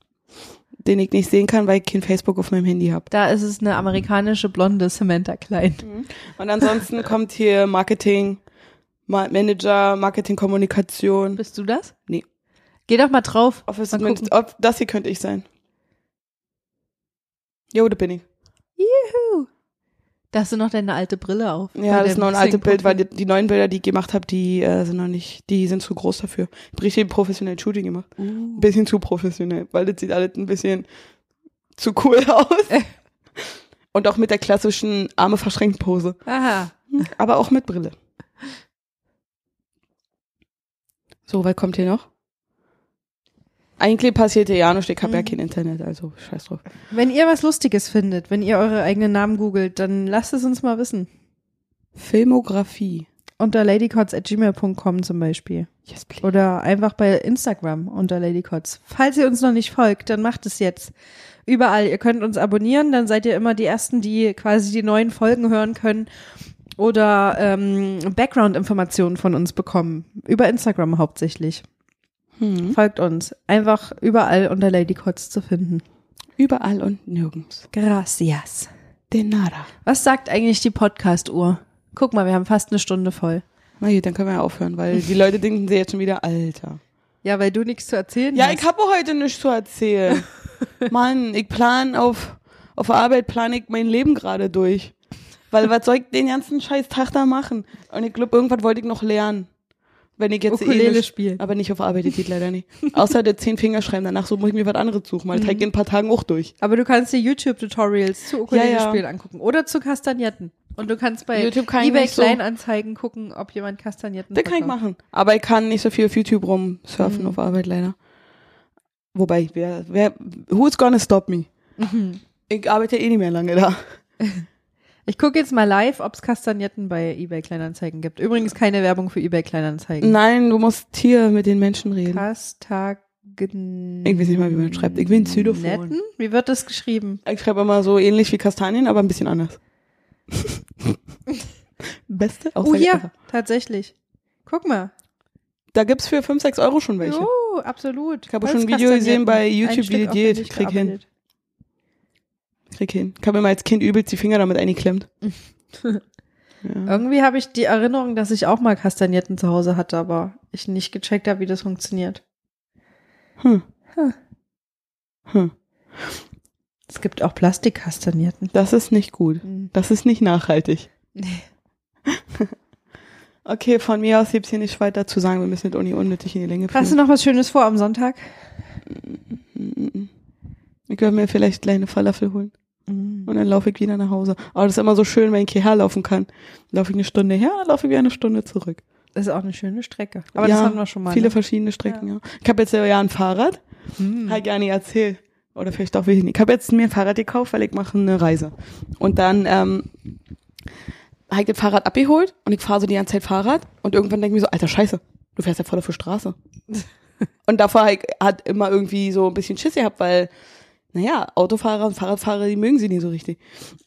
Speaker 1: den ich nicht sehen kann, weil ich kein Facebook auf meinem Handy habe.
Speaker 2: Da ist es eine amerikanische blonde Samantha Klein.
Speaker 1: Und
Speaker 2: [laughs]
Speaker 1: ansonsten kommt hier Marketing, Ma Manager, Marketing, Kommunikation.
Speaker 2: Bist du das?
Speaker 1: Nee.
Speaker 2: Geh doch mal drauf.
Speaker 1: Office
Speaker 2: Mal gucken.
Speaker 1: Admin- ob, das hier könnte ich sein. Jo, da bin ich.
Speaker 2: Da hast du noch deine alte Brille auf.
Speaker 1: Ja,
Speaker 2: Bei
Speaker 1: das ist
Speaker 2: dem
Speaker 1: noch ein altes Bild,
Speaker 2: Xing-Profil.
Speaker 1: weil die, die neuen Bilder, die ich gemacht habe, die äh, sind noch nicht, die sind zu groß dafür. Ich hab richtig professionell Shooting gemacht. Ein bisschen zu professionell, weil das sieht alles ein bisschen zu cool [laughs] aus. Und auch mit der klassischen Arme verschränkt Pose.
Speaker 2: Uh. Aha.
Speaker 1: Aber auch mit Brille. So, was kommt hier noch? Eigentlich passiert hier ja nichts, ich habe ja
Speaker 2: Mhm.
Speaker 1: kein Internet, also scheiß drauf.
Speaker 2: Wenn ihr was Lustiges findet, wenn ihr eure eigenen Namen googelt, dann lasst es uns mal wissen.
Speaker 1: Filmografie.
Speaker 2: Unter ladycots.gmail.com zum Beispiel.
Speaker 1: Yes, please.
Speaker 2: Oder einfach bei Instagram unter ladycots. Falls ihr uns noch nicht folgt, dann macht es jetzt. Überall. Ihr könnt uns abonnieren, dann seid ihr immer die Ersten, die quasi die neuen Folgen hören können oder ähm, Background-Informationen von uns bekommen. Über Instagram hauptsächlich.
Speaker 1: Hm.
Speaker 2: Folgt uns. Einfach überall unter ladycots zu finden.
Speaker 1: Überall und nirgends.
Speaker 2: Gracias.
Speaker 1: De nada.
Speaker 2: Was sagt eigentlich die Podcast-Uhr? Guck mal, wir haben fast eine Stunde voll.
Speaker 1: Na gut, dann können wir ja aufhören, weil die Leute denken sie jetzt schon wieder, Alter.
Speaker 2: Ja, weil du nichts zu erzählen
Speaker 1: Ja,
Speaker 2: hast.
Speaker 1: ich habe heute nichts zu
Speaker 2: [laughs]
Speaker 1: erzählen. Mann, ich plan auf, auf der Arbeit plane ich mein Leben gerade durch. Weil was soll ich den ganzen scheiß Tag da machen? Und ich glaube, irgendwas wollte ich noch lernen. Wenn ich jetzt eh
Speaker 2: Ukulele
Speaker 1: nicht-
Speaker 2: spielen.
Speaker 1: Aber nicht auf der Arbeit, das geht leider nicht. Außer der zehn Finger schreiben, danach so muss ich mir was anderes suchen, weil das mhm. ich in ein paar Tagen auch durch.
Speaker 2: Aber du kannst dir YouTube-Tutorials zu Ukulele-Spielen
Speaker 1: Ja,
Speaker 2: angucken oder zu Kastagnetten. Und du kannst bei
Speaker 1: YouTube kann ich
Speaker 2: eBay
Speaker 1: nicht so-
Speaker 2: Kleinanzeigen gucken, ob jemand Kastagnetten
Speaker 1: Das kann ich
Speaker 2: verkauft.
Speaker 1: machen. Aber ich kann nicht so viel auf YouTube rumsurfen
Speaker 2: Mhm.
Speaker 1: auf Arbeit leider. Wobei, wer, wer, who's gonna stop me?
Speaker 2: Mhm.
Speaker 1: Ich arbeite eh nicht mehr lange da.
Speaker 2: Ich gucke jetzt mal live, ob es Kastagnetten bei eBay Kleinanzeigen gibt. Übrigens keine Werbung für eBay Kleinanzeigen.
Speaker 1: Nein, du musst hier mit den Menschen reden.
Speaker 2: Kastagnetten.
Speaker 1: Ich weiß nicht mal, wie man schreibt. Ich will ein Xylophon.
Speaker 2: Netten? Wie wird das geschrieben?
Speaker 1: Ich schreibe immer so ähnlich wie Kastanien, aber ein bisschen anders. [laughs] Beste
Speaker 2: Oh
Speaker 1: Aussage
Speaker 2: ja,
Speaker 1: ever.
Speaker 2: tatsächlich. Guck mal.
Speaker 1: Da gibt's für 5, 6 Euro schon welche.
Speaker 2: Oh, absolut.
Speaker 1: Ich habe schon ein Video gesehen bei YouTube, wie das geht. Krieg hin. Krieg hin. Ich habe immer als Kind übelst die Finger damit [laughs] eingeklemmt. Hm. ja.
Speaker 2: Irgendwie habe ich die Erinnerung, dass ich auch mal Kastagnetten zu Hause hatte, aber ich nicht gecheckt habe, wie das funktioniert.
Speaker 1: hm.
Speaker 2: Hm.
Speaker 1: Hm.
Speaker 2: Es gibt auch Plastikkastagnetten.
Speaker 1: Das ist nicht gut.
Speaker 2: Mhm.
Speaker 1: Das ist nicht nachhaltig.
Speaker 2: Nee.
Speaker 1: Okay, von mir aus gibt's hier nicht weiter zu sagen. Wir müssen nicht Uni unnötig in die Länge
Speaker 2: [laughs] Hast du
Speaker 1: führen.
Speaker 2: noch was Schönes vor am Sonntag?
Speaker 1: Mm, Ich werde mir vielleicht kleine Falafel holen.
Speaker 2: Mhm.
Speaker 1: Und dann laufe ich wieder nach Hause. Aber das ist immer so schön, wenn ich hierher laufen kann. Laufe ich eine Stunde her, dann laufe ich wieder eine Stunde zurück.
Speaker 2: Das ist auch eine schöne Strecke. Aber
Speaker 1: Ja,
Speaker 2: das haben wir schon mal.
Speaker 1: Viele
Speaker 2: ne? Hm.
Speaker 1: verschiedene Strecken, ja. Ich habe jetzt ja ein Fahrrad. Habe ich gar nicht erzählt. Oder vielleicht auch wirklich nicht. Ich habe jetzt mir ein Fahrrad gekauft, weil ich mache eine Reise. Und dann ähm, habe ich das Fahrrad abgeholt und ich fahre so die ganze Zeit Fahrrad. Und irgendwann denke ich mir so, alter Scheiße, du fährst ja voll auf die
Speaker 2: [laughs]
Speaker 1: Straße. und davor hab ich, hat immer irgendwie so ein bisschen Schiss gehabt, weil naja, Autofahrer und Fahrradfahrer, die mögen sie nicht so richtig.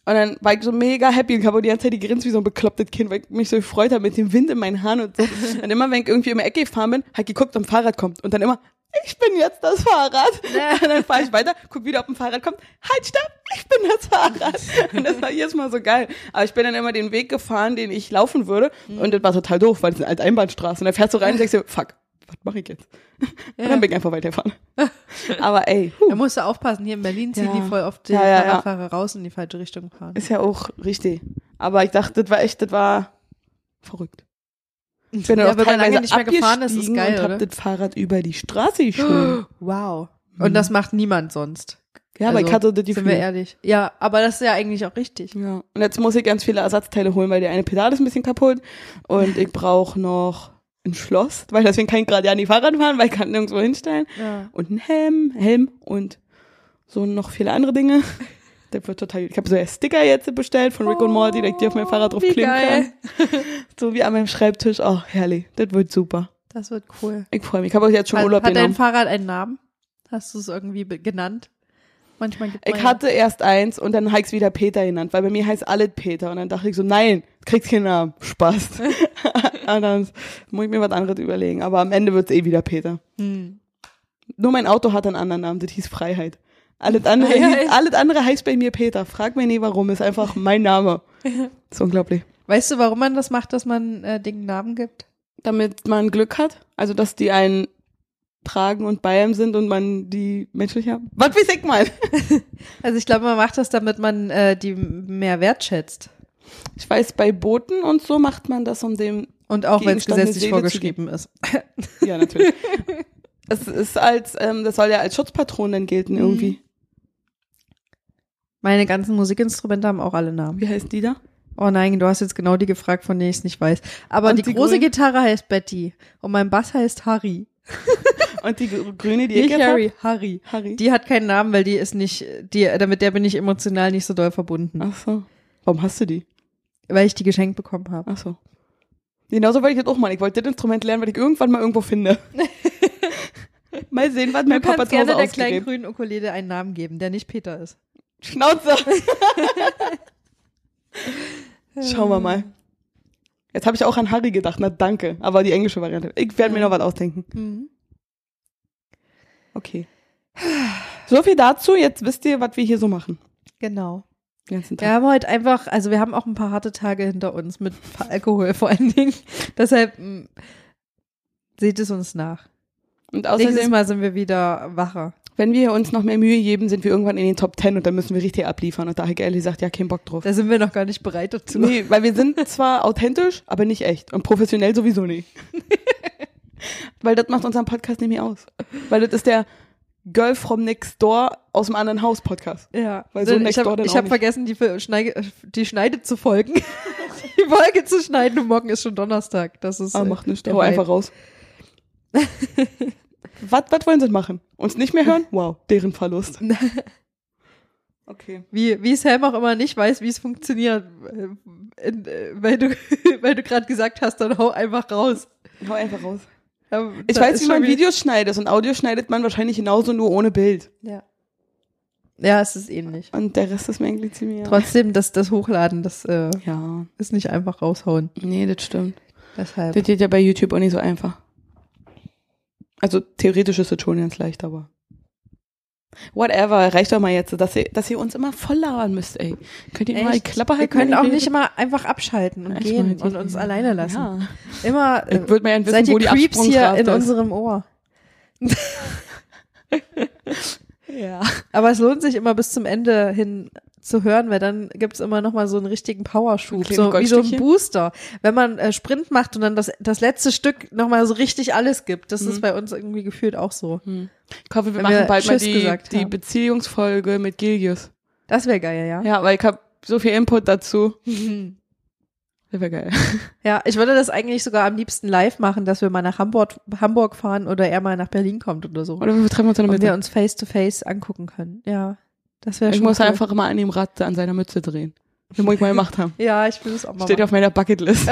Speaker 1: Und dann war ich so mega happy und habe die ganze Zeit gegrinst wie so ein beklopptes Kind, weil ich mich so gefreut habe mit dem Wind in meinen Haaren und so. Und immer, wenn ich irgendwie um die Ecke gefahren bin, habe ich geguckt, ob ein Fahrrad kommt. Und dann immer, ich bin jetzt das Fahrrad. [laughs] Und dann fahre ich weiter, guck wieder, ob ein Fahrrad kommt. Halt, stopp, ich bin das Fahrrad. Und das war jedes Mal so geil. Aber ich bin dann immer den Weg gefahren, den ich laufen würde. Und das war total doof, weil das ist eine alte Einbahnstraße. Und dann fährst du rein und denkst dir, fuck, was mache ich jetzt? Und dann bin ich einfach weitergefahren. [laughs] Aber ey, huh.
Speaker 2: Da musst du aufpassen. Hier in Berlin ziehen
Speaker 1: Ja.
Speaker 2: die voll oft die
Speaker 1: Ja, ja, ja.
Speaker 2: Fahrradfahrer raus in die falsche Richtung fahren. [laughs]
Speaker 1: Ist ja auch richtig. Aber ich dachte, das war echt, das war verrückt. Ich bin
Speaker 2: Ja,
Speaker 1: dann auch
Speaker 2: aber wenn lange
Speaker 1: teilweise
Speaker 2: nicht mehr gefahren ist, ist
Speaker 1: abgestiegen
Speaker 2: geil,
Speaker 1: und hab
Speaker 2: oder? Oh,
Speaker 1: das Fahrrad über die Straße geschoben.
Speaker 2: [gasps] Wow. Und das macht niemand sonst.
Speaker 1: Ja, aber
Speaker 2: Also,
Speaker 1: ich hatte das
Speaker 2: Sind wir
Speaker 1: Gefühl.
Speaker 2: ehrlich. Ja, aber das ist ja eigentlich auch richtig.
Speaker 1: Ja. Und jetzt muss ich ganz viele Ersatzteile holen, weil die eine Pedale ist ein bisschen kaputt und ich brauche noch ein Schloss, weil deswegen kann ich gerade ja nicht Fahrrad fahren, weil ich kann nirgendwo hinstellen.
Speaker 2: Ja.
Speaker 1: Und ein Helm, Helm und so noch viele andere
Speaker 2: [laughs]
Speaker 1: Dinge. Das wird total gut. Ich habe so Sticker jetzt bestellt von Rick und Morty, die ich dir auf mein Fahrrad drauf
Speaker 2: Oh, wie
Speaker 1: kleben
Speaker 2: geil.
Speaker 1: kann. [laughs] So wie an meinem Schreibtisch. Oh, herrlich. Das wird super.
Speaker 2: Das wird cool.
Speaker 1: Ich freue mich. Ich habe euch jetzt schon
Speaker 2: Hat,
Speaker 1: Urlaub
Speaker 2: hat dein
Speaker 1: genommen.
Speaker 2: Fahrrad einen Namen? Hast du es irgendwie be- genannt? Manchmal gibt man
Speaker 1: Ich
Speaker 2: ja-
Speaker 1: hatte erst eins und dann habe ich es wieder Peter genannt, weil bei mir heißt alles Peter. Und dann dachte ich so, nein, kriegst keinen Namen.
Speaker 2: [laughs]
Speaker 1: Spaß. [laughs] und dann muss ich mir was anderes überlegen. Aber am Ende wird es eh wieder Peter.
Speaker 2: Hm.
Speaker 1: Nur mein Auto hat einen anderen Namen, das hieß Freiheit. Alles andere, hieß, alles andere heißt bei mir Peter. Frag mich nie warum, ist einfach mein
Speaker 2: [laughs]
Speaker 1: Name. Ist unglaublich.
Speaker 2: Weißt du, warum man das macht, dass man äh, Dingen Namen gibt?
Speaker 1: Damit man Glück hat, also dass die einen tragen und bei einem sind und man die menschlich haben. Was weiß ich mal?
Speaker 2: Also ich glaube, man macht das, damit man äh, die mehr wertschätzt.
Speaker 1: Ich weiß, bei Booten und so macht man das, um dem
Speaker 2: Und auch wenn es
Speaker 1: Gegenstand eine
Speaker 2: gesetzlich
Speaker 1: Seele zu
Speaker 2: vorgeschrieben ist. [laughs]
Speaker 1: Ja, natürlich. es ist als, ähm, das soll ja als Schutzpatron dann
Speaker 2: Mhm.
Speaker 1: gelten irgendwie.
Speaker 2: Meine ganzen Musikinstrumente haben auch alle Namen.
Speaker 1: Wie heißt die da?
Speaker 2: Oh nein, du hast jetzt genau die gefragt, von der ich es nicht weiß. Aber
Speaker 1: Und
Speaker 2: die,
Speaker 1: die
Speaker 2: große
Speaker 1: grünen?
Speaker 2: Gitarre heißt Betty und mein Bass heißt Harry.
Speaker 1: Und die gr- grüne, die ich
Speaker 2: Nicht
Speaker 1: jetzt hab?
Speaker 2: Harry, Harry.
Speaker 1: Harry.
Speaker 2: Die hat keinen Namen, weil die ist nicht, die, damit der bin ich emotional nicht so doll verbunden,
Speaker 1: Ach so. Warum hast du die?
Speaker 2: weil ich die geschenkt bekommen habe.
Speaker 1: Ach so. Genauso wollte ich das auch mal. Ich wollte das Instrument lernen, weil ich irgendwann mal irgendwo
Speaker 2: [laughs]
Speaker 1: finde. mal sehen, was mein
Speaker 2: du
Speaker 1: Papa
Speaker 2: kannst
Speaker 1: zu Hause
Speaker 2: gerne der kleinen
Speaker 1: ausgegeben
Speaker 2: grünen Ukulele einen Namen geben, der nicht Peter ist.
Speaker 1: Schnauze.
Speaker 2: [laughs]
Speaker 1: Schauen wir mal. Jetzt habe ich auch an Harry gedacht. Na danke. Aber die englische Variante. Ich werde mir
Speaker 2: Mhm.
Speaker 1: noch was ausdenken. Okay. So viel dazu. Jetzt wisst ihr, was wir hier so machen.
Speaker 2: Genau.
Speaker 1: Den ganzen
Speaker 2: Wir
Speaker 1: Tag.
Speaker 2: haben heute einfach, also wir haben auch ein paar harte Tage hinter uns mit [laughs] Alkohol vor allen Dingen. Deshalb mh, seht es uns nach.
Speaker 1: Und
Speaker 2: Nächstes
Speaker 1: außerdem,
Speaker 2: Mal sind wir wieder wacher.
Speaker 1: wenn wir uns noch mehr Mühe geben, sind wir irgendwann in den Top 10 und dann müssen wir richtig abliefern. Und da habe ich ehrlich gesagt ja keinen Bock drauf.
Speaker 2: Da sind wir noch gar nicht bereit
Speaker 1: [laughs]
Speaker 2: dazu.
Speaker 1: Nee, weil wir sind zwar authentisch, aber nicht echt. Und professionell sowieso
Speaker 2: [laughs]
Speaker 1: nicht. weil das macht unseren Podcast nämlich aus. Weil das ist der Girl from Next Door aus dem anderen Haus Podcast.
Speaker 2: Ja,
Speaker 1: Weil so
Speaker 2: Denn ich
Speaker 1: next door
Speaker 2: habe
Speaker 1: dann auch
Speaker 2: hab
Speaker 1: nicht.
Speaker 2: vergessen, die, Ver- Schneige, die Schneide zu folgen. [laughs] die Folge zu schneiden und morgen ist schon Donnerstag. Das ist
Speaker 1: Aber
Speaker 2: äh,
Speaker 1: Ah, macht nichts.
Speaker 2: der
Speaker 1: Hau
Speaker 2: Vibe.
Speaker 1: einfach
Speaker 2: [laughs]
Speaker 1: raus. was, was wollen sie machen? Uns nicht mehr hören? Wow, deren
Speaker 2: [laughs]
Speaker 1: Verlust. Okay.
Speaker 2: Wie, wie Sam auch immer nicht weiß, wie es funktioniert. äh, In, äh, weil du, [laughs] weil du gerade gesagt hast, dann hau einfach raus.
Speaker 1: Hau einfach raus.
Speaker 2: Ja,
Speaker 1: Ich
Speaker 2: da
Speaker 1: weiß,
Speaker 2: ist
Speaker 1: wie
Speaker 2: schon
Speaker 1: man
Speaker 2: wieder-
Speaker 1: Videos schneidet und Audio schneidet man wahrscheinlich genauso nur ohne Bild.
Speaker 2: Ja. ja, es ist ähnlich.
Speaker 1: Und der Rest ist mir eigentlich ziemlich.
Speaker 2: Trotzdem, das, das Hochladen, das äh,
Speaker 1: Ja.
Speaker 2: ist nicht einfach raushauen.
Speaker 1: Nee, das stimmt.
Speaker 2: Deshalb.
Speaker 1: Das geht ja bei YouTube auch nicht so einfach. Also theoretisch ist das schon ganz leicht, aber. Whatever, reicht doch mal jetzt, dass ihr, dass ihr uns immer voll labern müsst, ey. Könnt ihr immer die
Speaker 2: Echt?
Speaker 1: Klappe
Speaker 2: wir
Speaker 1: halten?
Speaker 2: können
Speaker 1: wenn
Speaker 2: auch
Speaker 1: ihr
Speaker 2: nicht
Speaker 1: redet?
Speaker 2: immer einfach abschalten und
Speaker 1: Ich
Speaker 2: gehen
Speaker 1: meine,
Speaker 2: und uns alleine lassen.
Speaker 1: Ja.
Speaker 2: Immer äh,
Speaker 1: Ich würde mir ja wissen,
Speaker 2: seid ihr
Speaker 1: wo die
Speaker 2: Creeps hier
Speaker 1: Absprungsrate
Speaker 2: in
Speaker 1: ist.
Speaker 2: unserem Ohr.
Speaker 3: Ja.
Speaker 2: Aber es lohnt sich immer bis zum Ende hin zu hören, weil dann gibt's immer noch mal so einen richtigen Powerschub,
Speaker 1: Ein kleines
Speaker 2: so, wie so ein
Speaker 1: Goldstückchen.
Speaker 2: Booster. Wenn man äh, Sprint macht und dann das, das letzte Stück noch mal so richtig alles gibt, das
Speaker 1: Mhm.
Speaker 2: ist bei uns irgendwie gefühlt auch so.
Speaker 1: Ich hoffe, wir
Speaker 2: Wenn
Speaker 1: machen
Speaker 2: wir
Speaker 1: bald mal
Speaker 2: Tschüss
Speaker 1: die,
Speaker 2: gesagt
Speaker 1: die
Speaker 2: haben.
Speaker 1: Beziehungsfolge mit Gilgius.
Speaker 2: Das wäre geil, ja?
Speaker 1: Ja, weil ich habe so viel Input dazu. Das wäre geil.
Speaker 2: [laughs] Ja, ich würde das eigentlich sogar am liebsten live machen, dass wir mal nach Hamburg, Hamburg fahren oder er mal nach Berlin kommt oder so.
Speaker 1: Oder wir treffen uns in der
Speaker 2: Und wir
Speaker 1: Mitte.
Speaker 2: uns face to face angucken können. Ja, das wäre
Speaker 1: Ich
Speaker 2: schon
Speaker 1: muss
Speaker 2: cool.
Speaker 1: einfach immer an dem Rad an seiner Mütze drehen. Das
Speaker 2: [laughs]
Speaker 1: muss ich mal gemacht haben.
Speaker 2: Ja, ich will das auch mal.
Speaker 1: Steht
Speaker 2: Machen.
Speaker 1: auf meiner Bucketlist.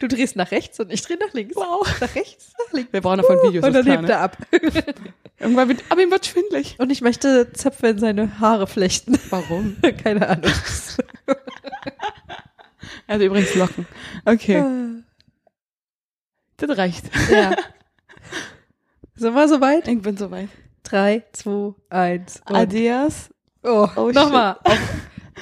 Speaker 2: Du drehst nach rechts und ich drehe nach links. Wow. Nach rechts, nach links.
Speaker 1: Wir brauchen
Speaker 2: [laughs]
Speaker 1: davon Videos.
Speaker 2: und
Speaker 1: das
Speaker 2: dann
Speaker 1: ist klar,
Speaker 2: hebt
Speaker 1: ne?
Speaker 2: er ab.
Speaker 1: Irgendwann wird, aber ihm wird schwindelig.
Speaker 2: Und ich möchte Zöpfe in seine Haare flechten. [laughs]
Speaker 1: Warum?
Speaker 2: Keine Ahnung.
Speaker 1: Also übrigens Locken. Okay. das reicht.
Speaker 2: ja. [laughs] Sind wir
Speaker 1: [laughs]
Speaker 2: soweit?
Speaker 1: Ich bin soweit.
Speaker 2: Drei, zwei, eins. und-
Speaker 1: Adios.
Speaker 2: Oh,
Speaker 1: Oh,
Speaker 2: nochmal. Auf-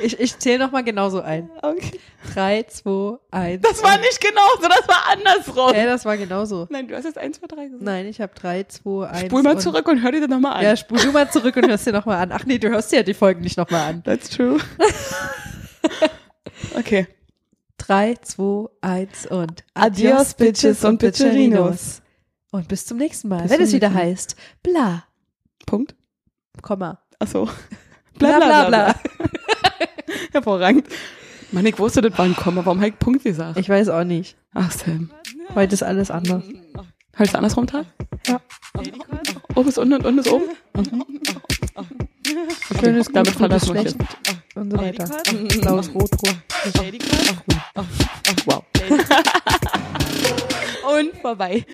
Speaker 2: Ich, ich zähle nochmal genauso ein.
Speaker 1: Okay.
Speaker 2: Drei, zwei, eins.
Speaker 1: Das war nicht genauso, das war andersrum.
Speaker 2: Äh, das war genauso.
Speaker 1: Nein, du hast jetzt 1, 2, 3 gesagt.
Speaker 2: Nein, ich habe drei, zwei, eins.
Speaker 1: Spul mal
Speaker 2: und-
Speaker 1: zurück und hör dir das nochmal an.
Speaker 2: Ja, spul du mal zurück und hörst dir nochmal an. Ach nee, du hörst dir ja die Folgen nicht nochmal an.
Speaker 1: That's
Speaker 2: [laughs]
Speaker 1: true. okay.
Speaker 2: Drei, zwei, eins und
Speaker 1: Adios, Bitches und Bitcherinos.
Speaker 2: Und bis zum nächsten Mal,
Speaker 1: Bis
Speaker 2: wenn
Speaker 1: zum
Speaker 2: es wieder
Speaker 1: nächsten Mal.
Speaker 2: heißt, bla,
Speaker 1: Punkt.
Speaker 2: Komma.
Speaker 1: Achso.
Speaker 2: Bla, bla, bla.
Speaker 1: Hervorragend. Mann, ich wusste, das war ein Komma. Warum habe ich Punkt gesagt?
Speaker 2: Ich weiß auch nicht.
Speaker 1: Ach, Sam.
Speaker 2: Heute ist alles anders.
Speaker 1: Hörst du andersrum, Tag?
Speaker 2: Ja. Mhm.
Speaker 1: Oben ist unten und unten ist oben.
Speaker 2: Schönes,
Speaker 1: Damit
Speaker 2: damit gutes,
Speaker 1: verlassen wir uns
Speaker 2: schlecht und so weiter.
Speaker 1: jetzt.
Speaker 2: Blaues, rot, rot.
Speaker 1: [laughs] Und vorbei.